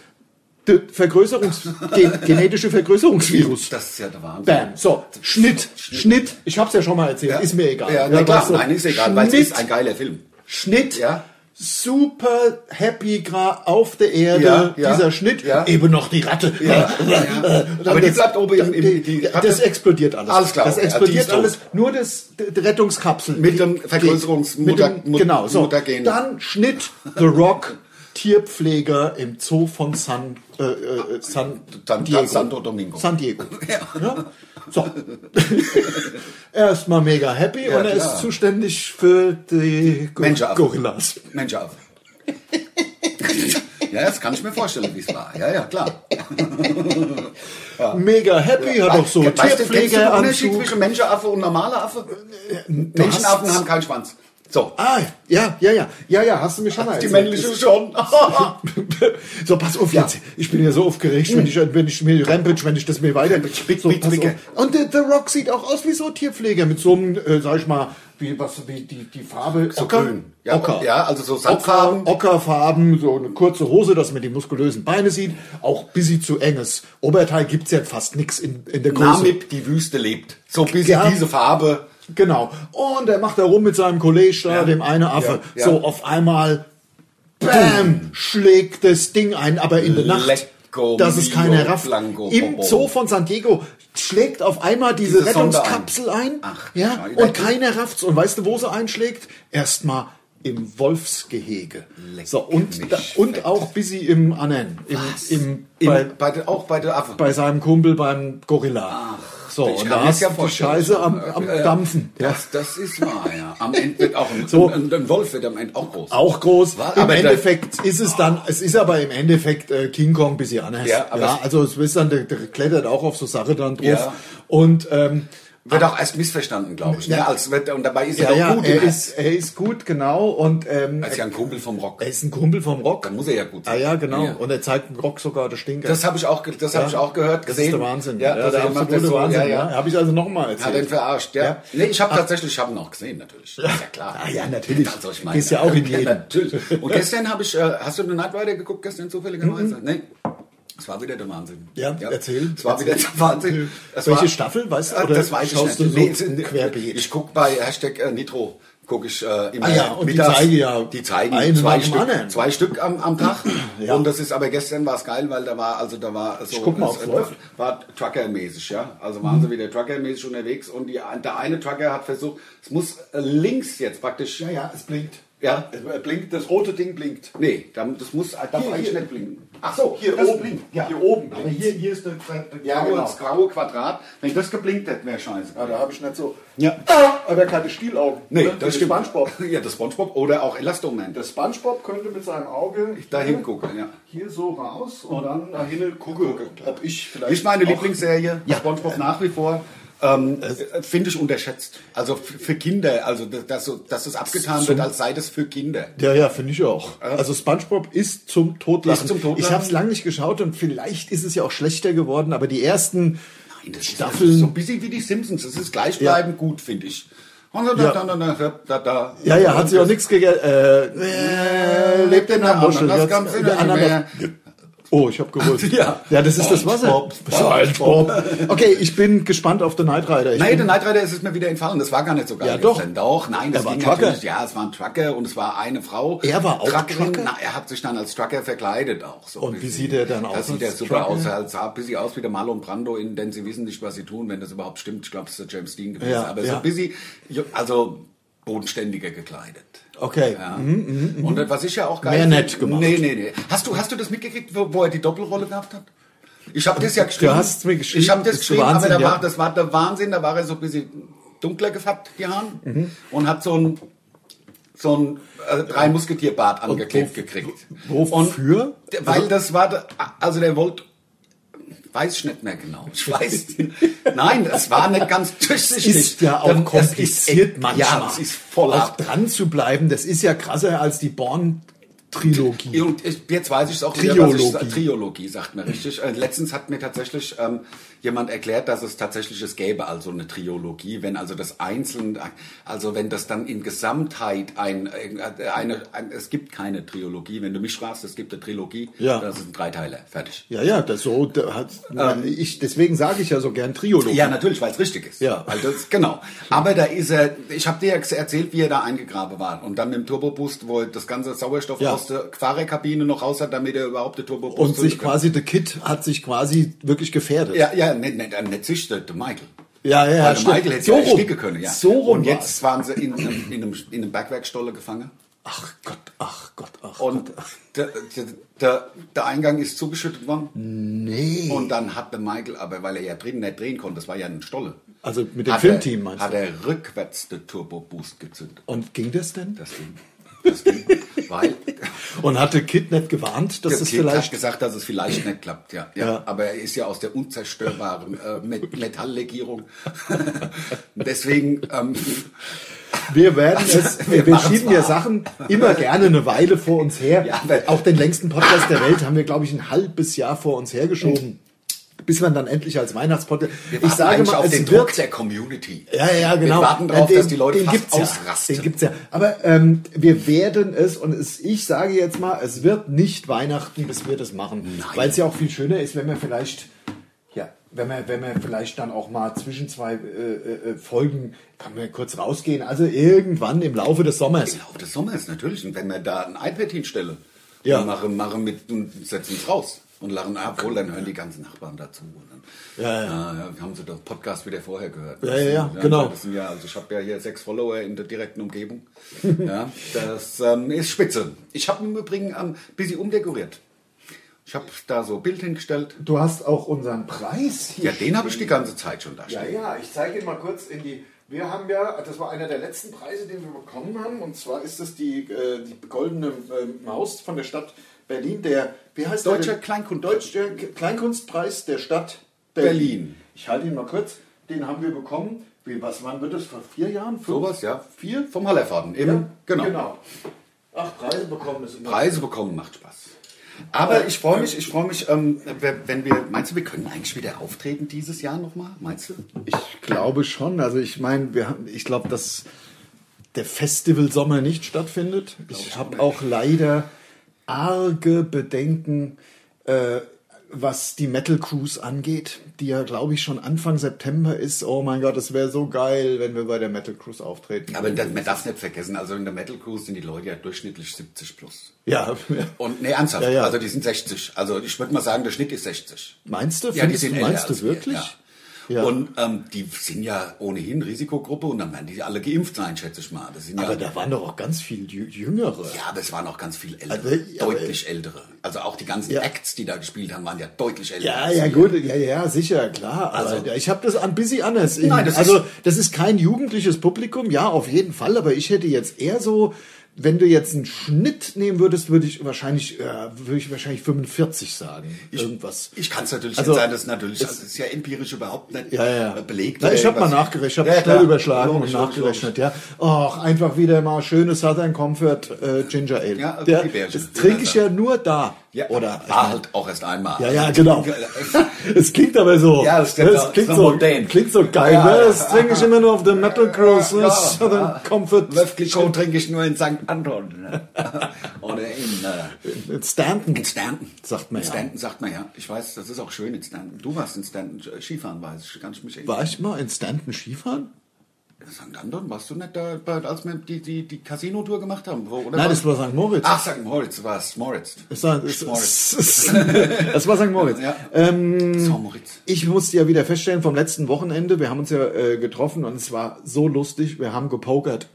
S2: der Vergrößerungs gen
S1: *laughs*
S2: genetische Vergrößerungsvirus.
S1: Das ist ja der Wahnsinn.
S2: Bam. So, Schnitt, Schnitt. Ich hab's ja schon mal erzählt,
S1: Ja.
S2: ist mir egal.
S1: Ja, na klar,
S2: weißt du,
S1: nein, ist egal, weil es
S2: Schnitt.
S1: ist ein geiler Film.
S2: Schnitt,
S1: Ja.
S2: super happy gra auf der Erde,
S1: Ja, ja.
S2: dieser Schnitt,
S1: Ja.
S2: eben noch die Ratte. *laughs* Dann
S1: Aber die
S2: das-
S1: bleibt oben im- im-
S2: die-
S1: die
S2: das
S1: Ratte-
S2: explodiert alles.
S1: Alles klar,
S2: Das
S1: okay. Ja, die
S2: explodiert
S1: ist tot.
S2: alles. Nur das die Rettungskapsel.
S1: Mit
S2: Die-
S1: dem
S2: die-
S1: Vergrößerungsmutter-
S2: mit dem-
S1: Mut-
S2: Genau, so.
S1: Muttergen.
S2: Dann Schnitt The Rock. Tierpfleger im Zoo von San, äh, äh, San,
S1: San-
S2: Diego.
S1: Santo Domingo. *laughs*
S2: San Diego. Ja. So. *laughs* er ist mal mega happy
S1: Ja,
S2: und
S1: klar.
S2: er
S1: also-
S2: ist zuständig für die Gor
S1: Menschenaffen.
S2: Gorillas.
S1: Mensch auf. *laughs* ja, das kann ich mir vorstellen, wie es war. Ja, ja, klar.
S2: Mega happy, hat auch so
S1: weißt du, kennst du den Unterschied
S2: Tierpflegeanzug. Äh,
S1: zwischen Menschenaffe und normaler Affe? Menschenaffen
S2: hast-
S1: haben keinen Schwanz. So.
S2: Ah, ja, ja, ja, ja, ja, hast du mich schon mal
S1: Die
S2: erzählt.
S1: männliche
S2: *laughs*
S1: schon.
S2: so, pass auf jetzt. Ich bin ja so aufgeregt, wenn ich, wenn ich mir Rampage, wenn ich das mir weiter.
S1: Big,
S2: So,
S1: big,
S2: pass
S1: big.
S2: auf. Und der, der Rock sieht auch aus wie so ein Tierpfleger mit so einem, äh, sag ich mal, wie, was, wie die, die Farbe.
S1: So grün. Ja,
S2: Ocker.
S1: ja, also so Sandfarben.
S2: Ocker, Ockerfarben, so eine kurze Hose, dass man die muskulösen Beine sieht. Auch bis sie zu enges. Oberteil gibt's ja fast nix in, in der Größe.
S1: Namib, die Wüste lebt. So ein bisschen
S2: Ja.
S1: diese Farbe.
S2: Genau. Und er macht da rum mit seinem Kollegen da,
S1: Ja.
S2: dem einen Affe.
S1: Ja, ja.
S2: So auf einmal, bam, schlägt das Ding ein, aber in der Nacht.
S1: Lecco
S2: Das ist
S1: mio
S2: keine Raff.
S1: blanco
S2: Im
S1: bobo.
S2: Zoo von San Diego schlägt auf einmal diese,
S1: Diese Sonde
S2: Rettungskapsel ein.
S1: Ach,
S2: ja,
S1: schau,
S2: und
S1: Lecco.
S2: keiner rafft's. Und weißt du, wo sie einschlägt? Erstmal im Wolfsgehege.
S1: Leck
S2: so, und,
S1: mich
S2: da, und
S1: fett.
S2: auch busy im anderen. Im, im,
S1: Im,
S2: bei,
S1: bei, der- auch bei der Affe.
S2: bei seinem Kumpel beim Gorilla. so,
S1: Ich
S2: und
S1: kann mir
S2: da ist
S1: das ja
S2: die
S1: vorstellen.
S2: Scheiße am, am
S1: Äh,
S2: Dampfen. Ja.
S1: Das, das ist wahr, ja. Am Ende wird auch ein,
S2: So.
S1: ein, ein Wolf wird am Ende auch groß.
S2: Auch groß.
S1: War-
S2: Im
S1: aber der-
S2: Endeffekt ist es dann, es ist aber im Endeffekt äh, King Kong bisschen anders.
S1: Ja, aber es-
S2: also es ist dann, der, der klettert auch auf so Sache dann drauf.
S1: Ja.
S2: Und ähm,
S1: Wird auch erst missverstanden, glaube ich. Ne? Als wird, und dabei ist
S2: ja,
S1: er
S2: ja,
S1: auch gut.
S2: er,
S1: im-
S2: ist, er ist gut, genau. Und ähm,
S1: er ist ja ein Kumpel vom Rock.
S2: er ist ein Kumpel vom Rock.
S1: Dann muss er ja gut
S2: Ah
S1: sein.
S2: ja, genau.
S1: Ja.
S2: Und er zeigt dem Rock sogar das Stinker.
S1: Das habe ich auch, ge- das habe ich auch gehört,
S2: Das
S1: gesehen.
S2: ist der Wahnsinn.
S1: Ja,
S2: der
S1: dass er macht
S2: absolute
S1: das so,
S2: Wahnsinn.
S1: ja, ja.
S2: Habe ich also nochmal erzählt.
S1: Hat den verarscht, ja.
S2: Ja.
S1: Nee, ich habe tatsächlich, ich habe ihn auch gesehen, natürlich. Ist ja klar.
S2: Ah ja, natürlich.
S1: Also ich meine,
S2: Gehst ja auch in
S1: *laughs* ja,
S2: jeden.
S1: Natürlich. Und gestern habe ich, äh, hast du eine Night Rider geguckt, gestern zufälligerweise? Nee. Es war wieder der Wahnsinn.
S2: Mhm. Ja, erzähl.
S1: Es war wieder der Wahnsinn. Es
S2: Welche
S1: war,
S2: Staffel, weißt du?
S1: Äh,
S2: Oder
S1: das weiß
S2: schaust
S1: ich nicht.
S2: du so
S1: es-
S2: querbeet?
S1: Ich gucke bei Hashtag äh, Nitro, gucke ich äh, immer.
S2: Ah ja, und die zeigen ja
S1: Die zeigen
S2: einen nach
S1: zwei
S2: dem anderen.
S1: Stück, zwei Stück am, am Tag.
S2: Ja.
S1: Und das ist, aber gestern war es geil, weil da war, also da war so.
S2: Ich guck mal, ob's
S1: es
S2: läuft.
S1: War Trucker-mäßig, ja. Also
S3: Mhm.
S1: waren sie wieder Trucker-mäßig unterwegs und die, der eine Trucker hat versucht, es muss äh, links jetzt praktisch.
S2: Ja, ja, es blinkt.
S1: Ja.
S3: Es blinkt, das rote Ding blinkt.
S1: Nee, dann- das muss, darf
S2: Hier,
S1: eigentlich
S2: hier.
S1: nicht blinken.
S3: Ach so, hier
S1: Das
S3: oben.
S1: blinkt, ja.
S3: Hier oben
S2: Aber
S3: blinkt.
S2: hier, hier ist der, der, der
S1: Ja, genau.
S2: genau.
S1: Das graue Quadrat. Wenn das geblinkt hätte, wäre scheiße.
S3: Ah, da habe ich nicht so. Ah,
S1: Ja.
S3: Aber keine Stielaugen.
S1: Nee,
S3: ne?
S1: das,
S3: Der
S1: stimmt.
S3: Spongebob.
S1: *laughs* Ja, das Spongebob oder auch Elastoman.
S3: Der Spongebob könnte mit seinem Auge
S1: Da hingucken, ja.
S3: hier so raus und dann nach hinten gucken, ob ich vielleicht.
S1: Ist meine
S3: auch-
S1: Lieblingsserie. Spongebob nach wie vor. Ähm, äh, Finde ich unterschätzt. Also f- für Kinder, also dass, dass so- dass das abgetan wird, als sei das für Kinder.
S2: Ja, ja, finde ich auch. Also SpongeBob ist zum Totlachen.
S1: Ist zum Totlachen.
S2: Ich habe es lange nicht geschaut und vielleicht ist es ja auch schlechter geworden, aber die ersten
S1: Nein, das
S2: Staffeln.
S1: Ist, das ist so ein bisschen wie die Simpsons. Das ist gleichbleibend gut, finde ich. Und so da,
S2: Ja.
S1: da, da, da, da, da.
S2: ja, ja, hat sich auch nichts gegen. Äh, äh, lebt in der Muschel.
S1: Das
S2: Jetzt-
S1: kann's
S2: der
S1: nicht mehr.
S2: Ananas- Oh, ich habe gewusst.
S1: Ja.
S2: ja, das ist das Wasser.
S1: SpongeBob, SpongeBob.
S2: Okay, ich bin gespannt auf The Night Rider. Ich
S1: Nein, der
S2: bin-
S1: Knight Rider ist es mir wieder entfallen. Das war gar nicht so geil.
S2: Ja, doch.
S1: gestern. Doch, nein,
S2: Er
S1: das
S2: war
S1: ging
S2: Trucker.
S1: natürlich. Ja, es war ein Trucker und es war eine Frau.
S2: Er war auch
S1: Truckerin.
S2: Trucker?
S1: Na, er hat sich dann als Trucker verkleidet auch. So
S2: Und
S1: ein
S2: wie
S1: bisschen.
S2: sieht er dann aus
S1: Das sieht
S2: als
S1: er super aus.
S2: Trucker?
S1: Er sah ein bisschen aus wie der Marlon Brando in Denn sie wissen nicht, was sie tun, wenn das überhaupt stimmt. Ich glaube, es ist der James Dean gewesen.
S2: Ja,
S1: Aber
S2: ja.
S1: so ein bisschen, also bodenständiger gekleidet.
S2: Okay.
S1: Ja. und was ich ja auch geil
S2: Mhm. Mehr
S1: finde-
S2: nett gemacht.
S1: Nee, nee, nee. Hast du, hast du das mitgekriegt, wo, wo er die Doppelrolle gehabt hat? Ich habe das ja geschrieben.
S2: hast mir geschrieben,
S1: Ich habe das
S2: das ist
S1: geschrieben,
S2: Wahnsinn,
S1: aber da
S2: ja.
S1: war, das war der Wahnsinn. Da war er so ein bisschen dunkler gefärbt, die Haaren.
S2: Mhm.
S1: Und hat so ein, so ein äh, drei Musketierbart angeklebt gekriegt.
S2: Wofür?
S1: Der- Weil das war, der- also der wollte, weiß ich nicht mehr genau. Ich
S2: *laughs*
S1: weiß, nein, es war nicht ganz durchsichtig.
S2: ist ja
S1: Das
S2: auch
S1: ist-
S2: kompliziert manchmal.
S1: Ja, es ist voll
S2: auch
S1: ab.
S2: dran zu bleiben, das ist ja krasser als die Born-Trilogie.
S1: Und ich, jetzt weiß ich es auch
S2: Triologie.
S1: Wieder, was ich, Triologie sagt man richtig. Äh, Letztens hat mir tatsächlich ähm, jemand erklärt, dass es tatsächlich es gäbe, also eine Triologie, wenn also das einzeln, also wenn das dann in Gesamtheit ein, äh, eine, ein es gibt keine Triologie. Wenn du mich fragst, es gibt eine Trilogie,
S2: Ja.
S1: das ist ein Dreiteiler, fertig.
S2: Ja, ja, das so da hat ich deswegen sage ich ja so gern Triologie.
S1: Ähm. Ja, natürlich, weil es richtig ist.
S2: Ja.
S1: Weil das, genau. Aber da ist er, ich habe dir ja erzählt, wie er da eingegraben war. Und dann mit dem Turboboost, wo er das ganze Sauerstoff
S2: Ja.
S1: aus der Fahrerkabine noch raus hat, damit er überhaupt den Turboboost
S2: und sich
S1: zünden kann.
S2: quasi der Kid hat sich quasi wirklich gefährdet.
S1: Ja, ja, nicht, nicht, nicht sich, der, der Michael.
S2: ja, ja,
S1: Weil der
S2: stimmt.
S1: Michael hätte
S2: so
S1: ja
S2: rum.
S1: ersticken können, ja.
S2: So rum
S1: Und
S2: war's.
S1: jetzt waren sie in, einem- in, einem, in einem Bergwerkstolle gefangen.
S2: Ach Gott, ach Gott, ach.
S1: Und der, der, der, der Eingang ist zugeschüttet worden.
S2: nee.
S1: Und dann hat der Michael, aber weil er ja drin nicht drehen konnte, das war ja ein Stolle.
S2: also mit dem
S1: hat
S2: Filmteam
S1: er,
S2: meinst
S1: Hat
S2: du?
S1: er rückwärts den Turbo Boost gezündet.
S2: Und ging das denn?
S1: Das Ding. Das
S2: *laughs*
S1: Ding. weil
S2: Und hatte Kid nicht gewarnt, dass
S1: der
S2: es
S1: Kind hat
S2: vielleicht
S1: gesagt, dass es vielleicht nicht klappt. Ja, ja.
S2: Ja.
S1: Aber er ist ja aus der unzerstörbaren äh, Met- Metalllegierung. *laughs* Deswegen... Ähm,
S2: wir werden es wir, wir
S1: Also, machen's
S2: schieben
S1: mal.
S2: ja Sachen immer gerne eine Weile vor uns her.
S1: Ja, aber-
S2: Auch den längsten Podcast der Welt haben wir glaube ich ein halbes Jahr vor uns hergeschoben. Bis man dann endlich als Weihnachtspodcast.
S1: Wir
S2: Ich
S1: warten
S2: sage
S1: eigentlich
S2: mal,
S1: auf
S2: es
S1: den
S2: wird
S1: Druck der Community.
S2: Ja, ja, genau.
S1: Wir warten darauf,
S2: Ja,
S1: dass die Leute
S2: den
S1: fast
S2: gibt's ja.
S1: ausrasten.
S2: Den gibt's ja. Aber ähm, wir werden es und es, ich sage jetzt mal, es wird nicht Weihnachten, bis wir das machen,
S1: Nein.
S2: weil es ja auch viel schöner ist, wenn wir vielleicht, ja, wenn wir, wenn wir vielleicht dann auch mal zwischen zwei äh, äh, äh, Folgen, kann man kurz rausgehen. Also irgendwann im Laufe des Sommers.
S1: Im Laufe des Sommers natürlich. Und wenn wir da ein iPad hinstellen,
S2: Ja.
S1: und machen, machen mit und setzen es raus und lachen ab, wohl, dann hören die ganzen Nachbarn dazu. Und dann, Ah,
S2: Ja, ja.
S1: ja, haben sie doch Podcast wieder vorher gehört.
S2: Ja, ja, ja, genau.
S1: Das sind ja, also ich habe ja hier sechs Follower in der direkten Umgebung. *laughs* ja, das ähm, ist spitze. Ich habe im Übrigen ein ähm, bisschen umdekoriert. Ich habe da so Bild hingestellt.
S2: Du hast auch unseren Preis
S1: Ja,
S2: hier.
S1: den habe ich die ganze Zeit schon da stehen.
S3: Ja, ja, ich zeige Ihnen mal kurz in die. Wir haben ja, das war einer der letzten Preise, den wir bekommen haben, und zwar ist das die, äh, die goldene äh, Maus von der Stadt Berlin, der, wie heißt der?
S1: Deutscher
S3: denn?
S1: Kleinkunst-
S3: Deutscher K- Kleinkunstpreis der Stadt Berlin.
S1: Berlin.
S3: Ich halte ihn mal kurz, den haben wir bekommen, wie, was, wann wird das, vor vier Jahren? Fünf?
S1: Sowas, ja.
S3: Vier?
S1: Vom Hallerfaden, eben.
S3: Ja,
S1: genau.
S3: genau. Ach, Preise bekommen ist immer.
S1: Preise bekommen macht Spaß. Aber ich freue mich, ich freue mich, ähm, wenn wir, meinst du, wir können eigentlich wieder auftreten dieses Jahr nochmal? Meinst du?
S2: Ich glaube schon. Also ich meine, wir haben, ich glaube, dass der Festivalsommer nicht stattfindet. Ich habe auch leider arge Bedenken, äh, was die Metal Cruise angeht, die ja, glaube ich, schon Anfang September ist. Oh mein Gott, es wäre so geil, wenn wir bei der Metal Cruise auftreten.
S1: Aber das- man darf nicht vergessen, also in der Metal Cruise sind die Leute ja durchschnittlich 70 plus.
S2: ja,
S1: *laughs* Und nee, ernsthaft,
S2: Ja, ja.
S1: also die sind 60. Also ich würde mal sagen, der Schnitt ist 60.
S2: meinst du?
S1: Ja, die
S2: Findest
S1: sind
S2: du,
S1: älter
S2: meinst du
S1: als wir,
S2: wirklich?
S1: Ja.
S2: Ja.
S1: Und ähm, die sind ja ohnehin Risikogruppe und dann werden die alle geimpft sein, schätze ich mal. Das sind
S2: Aber
S1: ja,
S2: da waren doch auch ganz viel Jü- Jüngere.
S1: ja, aber es waren auch ganz viel ältere,
S2: Also, ja, aber-
S1: deutlich ältere. Also auch die ganzen
S2: Ja.
S1: Acts, die da gespielt haben, waren ja deutlich älter.
S2: Ja,
S1: als
S2: ja,
S1: wir.
S2: gut, ja, ja, sicher, klar. Also,
S1: Also-
S2: aber ich habe das ein bisschen anders. im-
S1: Nein, das ist-
S2: also, das ist kein jugendliches Publikum, ja, auf jeden Fall, aber ich hätte jetzt eher so, wenn du jetzt einen Schnitt nehmen würdest, würde ich wahrscheinlich, äh, würde ich wahrscheinlich 45 sagen. irgendwas.
S1: Ich kann es natürlich
S2: Also,
S1: nicht sein, das ist natürlich, also, es ist ja empirisch überhaupt nicht
S2: Ja, ja.
S1: belegt.
S2: Na, ich
S1: oder
S2: habe mal
S1: irgendwas.
S2: nachgerechnet, ich habe
S1: Ja,
S2: schnell
S1: klar.
S2: überschlagen
S1: Logisch,
S2: und
S1: logisch,
S2: nachgerechnet, ja. Och, einfach wieder mal schönes Southern Comfort äh, Ginger Ale.
S1: Ja, also die Bärchen.
S2: das trinke ich ja nur da.
S1: Ja,
S2: Oder
S1: oder war halt auch erst einmal.
S2: Ja, ja, genau. *laughs* Es klingt aber so.
S1: Ja, das klingt so-
S2: klingt
S1: so
S2: so,
S1: modern.
S2: klingt so geil.
S1: Ja,
S2: ne?
S1: ja.
S2: das trinke ich immer nur auf der Metal Cruise.
S1: Ja,
S2: Ja, Southern
S1: ja.
S2: Comfort.
S1: Löfflicho trinke ich nur in St. Anton. ne? *laughs* Oder in, äh,
S2: In Stanton.
S1: in Stanton.
S2: Sagt man
S1: in
S2: ja.
S1: Stanton sagt man ja. Ich weiß, das ist auch schön in Stanton. Du warst in Stanton äh, Skifahren, weiß ich. Kann ich mich erinnern.
S2: War ich mal in Stanton Skifahren?
S1: St. Anton, warst du nicht da, bei- als wir die, die, die Casino-Tour gemacht haben? Wo, oder
S2: Nein,
S1: warst-
S2: das war St. Moritz.
S1: Ach, St. Moritz war es. Moritz.
S2: Das war, *laughs*
S1: Moritz.
S2: das war St. Moritz.
S1: Ja.
S2: Ähm,
S1: St. Moritz.
S2: Ich musste ja wieder feststellen vom letzten Wochenende, wir haben uns ja äh, getroffen und es war so lustig, wir haben gepokert.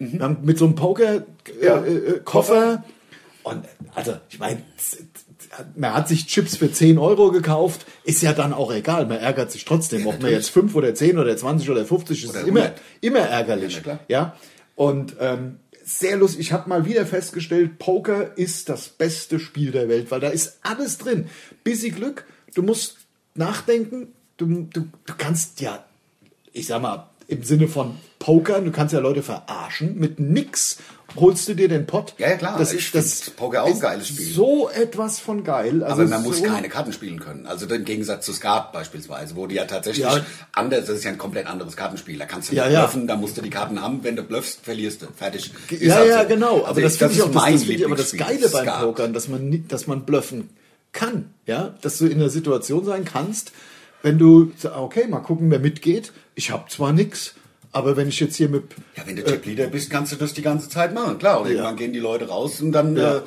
S2: Wir haben mit so einem Poker äh,
S1: Mhm. Ja.
S2: äh, Koffer und also ich meine, z- z- man hat sich Chips für 10 Euro gekauft, ist ja dann auch egal, man ärgert sich trotzdem, ob man
S1: natürlich.
S2: jetzt 5 oder 10 oder 20 oder 50 ist,
S1: Oder
S2: ist immer,
S1: 100.
S2: immer ärgerlich.
S1: Ja, na klar.
S2: Ja, und ähm, sehr lustig. Ich habe mal wieder festgestellt, Poker ist das beste Spiel der Welt, weil da ist alles drin. Busy Glück, du musst nachdenken, du, du, du kannst ja, ich sag mal, im Sinne von Pokern, du kannst ja Leute verarschen. Mit nix holst du dir den Pott.
S1: Ja, ja, klar.
S2: Das
S1: Ich
S2: ist das
S1: find Poker auch ein
S2: ist
S1: geiles Spiel.
S2: So etwas von geil. Also
S1: Aber man muss
S2: so,
S1: keine Karten spielen können. Also im Gegensatz zu Skat beispielsweise, wo die ja tatsächlich
S2: Ja.
S1: anders, das ist ja ein komplett anderes Kartenspiel. Da kannst du
S2: Ja,
S1: nicht
S2: ja.
S1: bluffen, da musst du die Karten haben. Wenn du bluffst, verlierst du. Fertig. Ist
S2: Ja,
S1: halt
S2: ja,
S1: so.
S2: genau. Aber
S1: Also
S2: das finde ich auch das,
S1: mein
S2: das finde ich aber das
S1: Lieblingsspiel,
S2: Geile beim
S1: Skat.
S2: Pokern, dass man, nie- dass man bluffen kann. Ja, dass du in der Situation sein kannst, wenn du, sa- okay, mal gucken, wer mitgeht. Ich habe zwar nix, aber wenn ich jetzt hier mit,
S1: Ja, wenn du
S2: Äh.
S1: Tip-Leader bist, kannst du das die ganze Zeit machen, klar. Und irgendwann gehen die Leute raus und dann...
S2: Ja.
S1: Äh,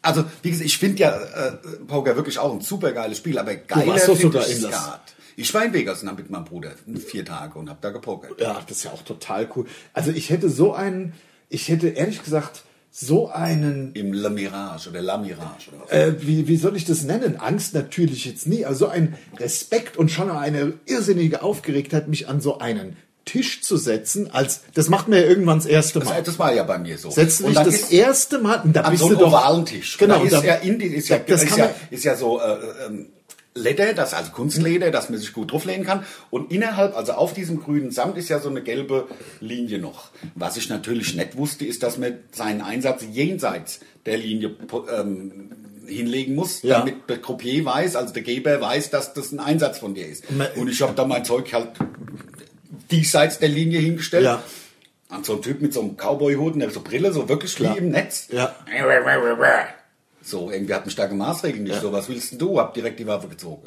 S1: also, wie gesagt, ich finde ja äh, Poker wirklich auch ein super geiles Spiel, aber geiler
S2: warst doch
S1: finde
S2: sogar
S1: ich
S2: in Las-
S1: Skat. Ich war in Vegas und hab mit meinem Bruder vier Tage und hab da gepokert.
S2: ja, das ist ja auch total cool. Also ich hätte so einen, ich hätte ehrlich gesagt so einen
S1: Im La Mirage oder La Mirage oder was.
S2: äh, wie, wie soll ich das nennen? Angst natürlich jetzt nie, aber so ein Respekt und schon eine irrsinnige Aufgeregtheit, mich an so einen Tisch zu setzen, als das macht mir ja irgendwann das erste Mal.
S1: Das, das war ja bei mir so.
S2: Setzt du
S1: Und
S2: dich
S1: dann
S2: das
S1: ist-
S2: erste Mal und da
S1: An
S2: bist
S1: so
S2: du
S1: einem
S2: doch
S1: ovalen Tisch.
S2: Genau,
S1: Da ist
S2: und da-
S1: ja, in die, ist ja,
S2: das
S1: ist
S2: kann
S1: ja,
S2: man-
S1: ist ja so äh, ähm, Leder, das also Kunstleder, das man sich gut drauflehnen kann. Und innerhalb, also auf diesem grünen Samt, ist ja so eine gelbe Linie noch. Was ich natürlich nicht wusste, ist, dass man seinen Einsatz jenseits der Linie po- ähm, hinlegen muss,
S2: Ja.
S1: damit der Croupier weiß, also der Geber weiß, dass das ein Einsatz von dir ist.
S2: Man-
S1: Und ich habe da mein Zeug halt diesseits der Linie hingestellt.
S2: Ja.
S1: An so einem Typ mit so einem Cowboy-Hut und der so Brille, so wirklich
S2: Klar.
S1: wie im Netz.
S2: Ja.
S1: So, irgendwie hat man starke Maßregeln nicht. So, was willst denn du? Hab direkt die Waffe gezogen.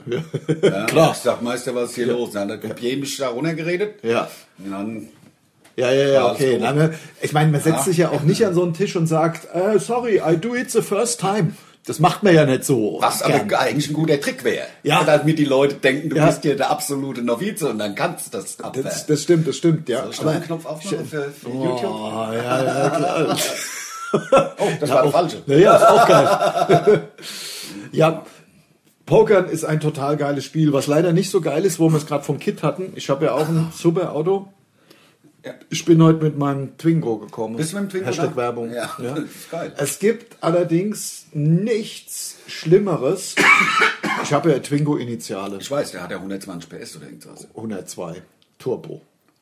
S1: Ja.
S2: *laughs* Klar.
S1: Ich sag, Meister, was ist hier los? Dann hat der Croupier mich da runtergeredet.
S2: Ja.
S1: Und dann,
S2: Ja, ja, ja,
S1: Alles
S2: okay.
S1: gut.
S2: Lange. Ich meine, man setzt
S1: Ja.
S2: sich ja auch nicht an so einen Tisch und sagt, äh, sorry, I do it the first time. Das macht man ja nicht so.
S1: was aber
S2: gern.
S1: eigentlich ein guter Trick wäre.
S2: Ja.
S1: Damit die Leute denken, du
S2: Ja.
S1: bist hier der absolute Novize und dann kannst du das abwehren.
S2: Das, das stimmt, das stimmt, ja.
S1: Soll ich noch einen Knopf aufmachen für, für YouTube?
S2: oh, ja, ja, klar.
S1: Oh, das war der falsche.
S2: Ja, ja, ist auch geil. *laughs* ja, Pokern ist ein total geiles Spiel, was leider nicht so geil ist, wo wir es gerade vom Kit hatten. Ich habe ja auch ein super Auto.
S1: Ja.
S2: Ich bin heute mit meinem Twingo gekommen.
S1: Bist du mit dem Twingo
S2: Hashtag
S1: da?
S2: Werbung.
S1: Ja, das *laughs* ist geil.
S2: Es gibt allerdings nichts Schlimmeres. ich habe ja Twingo-Initiale.
S1: Ich weiß, der hat ja 120 PS oder irgendwas.
S2: Oh. 102 Turbo.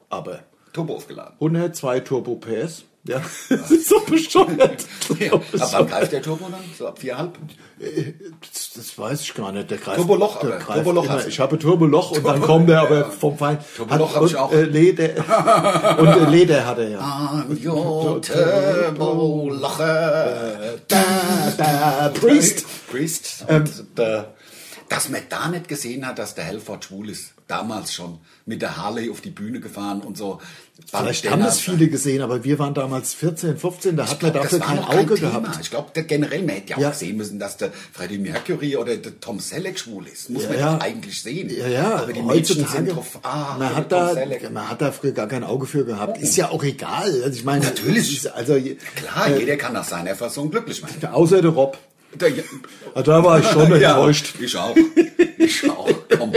S2: Aber
S1: Turbo aufgeladen.
S2: *laughs* 102 Turbo PS. Ja, *laughs* das ist so bescheuert.
S1: Ja, ab wann greift der Turbo dann? So ab viereinhalb?
S2: Das, das weiß ich gar nicht. Der greift,
S1: Turboloch
S2: der
S1: aber.
S2: greift
S1: Turboloch
S2: immer.
S1: hast du.
S2: Ich habe Turboloch und dann
S1: Turbo-
S2: kommt der
S1: ja.
S2: aber vom Feind.
S1: Turboloch
S2: Hat-
S1: hab ich
S2: und,
S1: auch. Ah. *laughs*
S2: Äh, Leder. und äh, Leder hat er ja.
S1: I'm your Turbo Locher.
S2: Da, da, Priest. Ähm,
S1: Priest. Und der, dass man da nicht gesehen hat, dass der Helford schwul ist. Damals schon mit der Harley auf die Bühne gefahren und so.
S2: Vielleicht
S1: Bandana-
S2: haben es viele gesehen, aber wir waren damals 14, 15, da hat man dafür
S1: war
S2: kein
S1: noch
S2: Auge
S1: Thema.
S2: gehabt.
S1: Ich glaube, generell, man hätte ja auch
S2: Ja.
S1: sehen müssen, dass der Freddie Mercury oder der Tom Selleck schwul ist. Muss
S2: Ja,
S1: man
S2: ja.
S1: doch eigentlich sehen.
S2: Ja, ja,
S1: Aber die
S2: heutzutage,
S1: Mädchen sind drauf, ah,
S2: man,
S1: der
S2: hat
S1: Tom
S2: da,
S1: Selleck.
S2: man hat da früher gar kein Auge für gehabt. Ist ja auch egal. Also ich meine,
S1: Natürlich.
S2: ist- Also, je-
S1: Klar, jeder kann nach seiner Fassung glücklich machen.
S2: außer der Rob.
S1: Der, ja,
S2: Ah, Da war ich
S1: *laughs*
S2: schon enttäuscht.
S1: ich auch. Ich auch. Komm.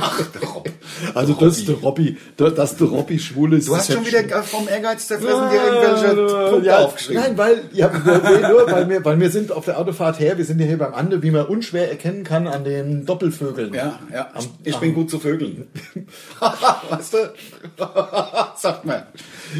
S1: Ach, der Rob.
S2: Also, dass der Robby, dass der Robby schwul ist.
S1: Du
S2: ist
S1: hast
S2: ja
S1: schon wieder vom Ehrgeiz zerfressen dir
S2: Äh,
S1: irgendwelche Punkte
S2: ja,
S1: aufgeschrieben.
S2: Nein, weil, ja, nee, nur, weil, wir, weil wir sind auf der Autofahrt her, wir sind ja hier beim Ande, wie man unschwer erkennen kann an den Doppelvögeln.
S1: Ja, ja.
S2: Am,
S1: ich bin gut zu vögeln. *laughs* weißt du? *laughs* Sagt man.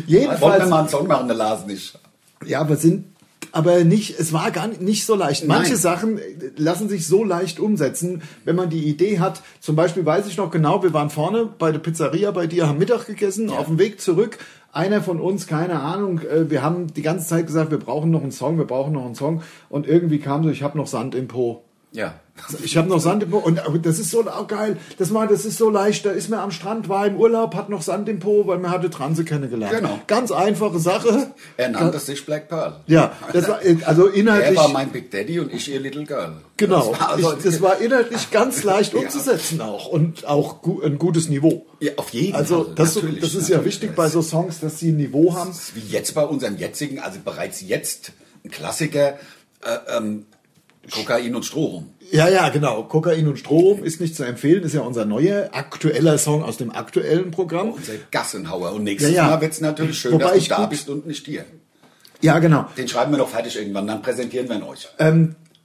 S2: Jedenfalls-
S1: Wollten wir mal einen Song machen, der las nicht.
S2: ja, aber sind aber nicht, es war gar nicht, nicht so leicht. Manche
S1: Nein.
S2: Sachen äh, lassen sich so leicht umsetzen, wenn man die Idee hat. Zum Beispiel weiß ich noch genau, wir waren vorne bei der Pizzeria bei dir, haben Mittag gegessen, auf dem Weg zurück. Einer von uns, keine Ahnung, äh, wir haben die ganze Zeit gesagt, wir brauchen noch einen Song, wir brauchen noch einen Song. Und irgendwie kam so, ich habe noch Sand im Po.
S1: Ja.
S2: Also Ich habe noch Sand im Po und aber das ist so auch geil. Das war, das ist so leicht. Da ist man am Strand, war im Urlaub, hat noch Sand im Po, weil man hatte Transe kennengelernt.
S1: Genau.
S2: Ganz einfache Sache.
S1: Er nannte sich Black Pearl.
S2: Ja, das war äh, also
S1: Er
S2: inhaltlich.
S1: war mein Big Daddy und ich ihr Little Girl.
S2: Genau.
S1: Das war also,
S2: ich, das war inhaltlich ganz leicht
S1: Ja.
S2: umzusetzen auch und auch gu ein gutes Niveau.
S1: ja, auf jeden
S2: Also
S1: Fall.
S2: das,
S1: Natürlich,
S2: das ist ja
S1: natürlich.
S2: wichtig bei so Songs, dass sie ein Niveau haben.
S1: wie jetzt bei unserem jetzigen, also bereits jetzt ein Klassiker, äh, ähm, Kokain und Strohrum.
S2: Ja, ja, genau. Kokain und Strom ist nicht zu empfehlen. Ist ja unser neuer aktueller Song aus dem aktuellen Programm.
S1: Unser Gassenhauer. Und nächstes
S2: Ja, ja.
S1: Mal wird es natürlich schön,
S2: Wobei
S1: dass du
S2: ich
S1: da
S2: gut-
S1: bist und nicht dir.
S2: Ja, genau.
S1: Den schreiben wir noch fertig irgendwann, dann präsentieren wir ihn euch.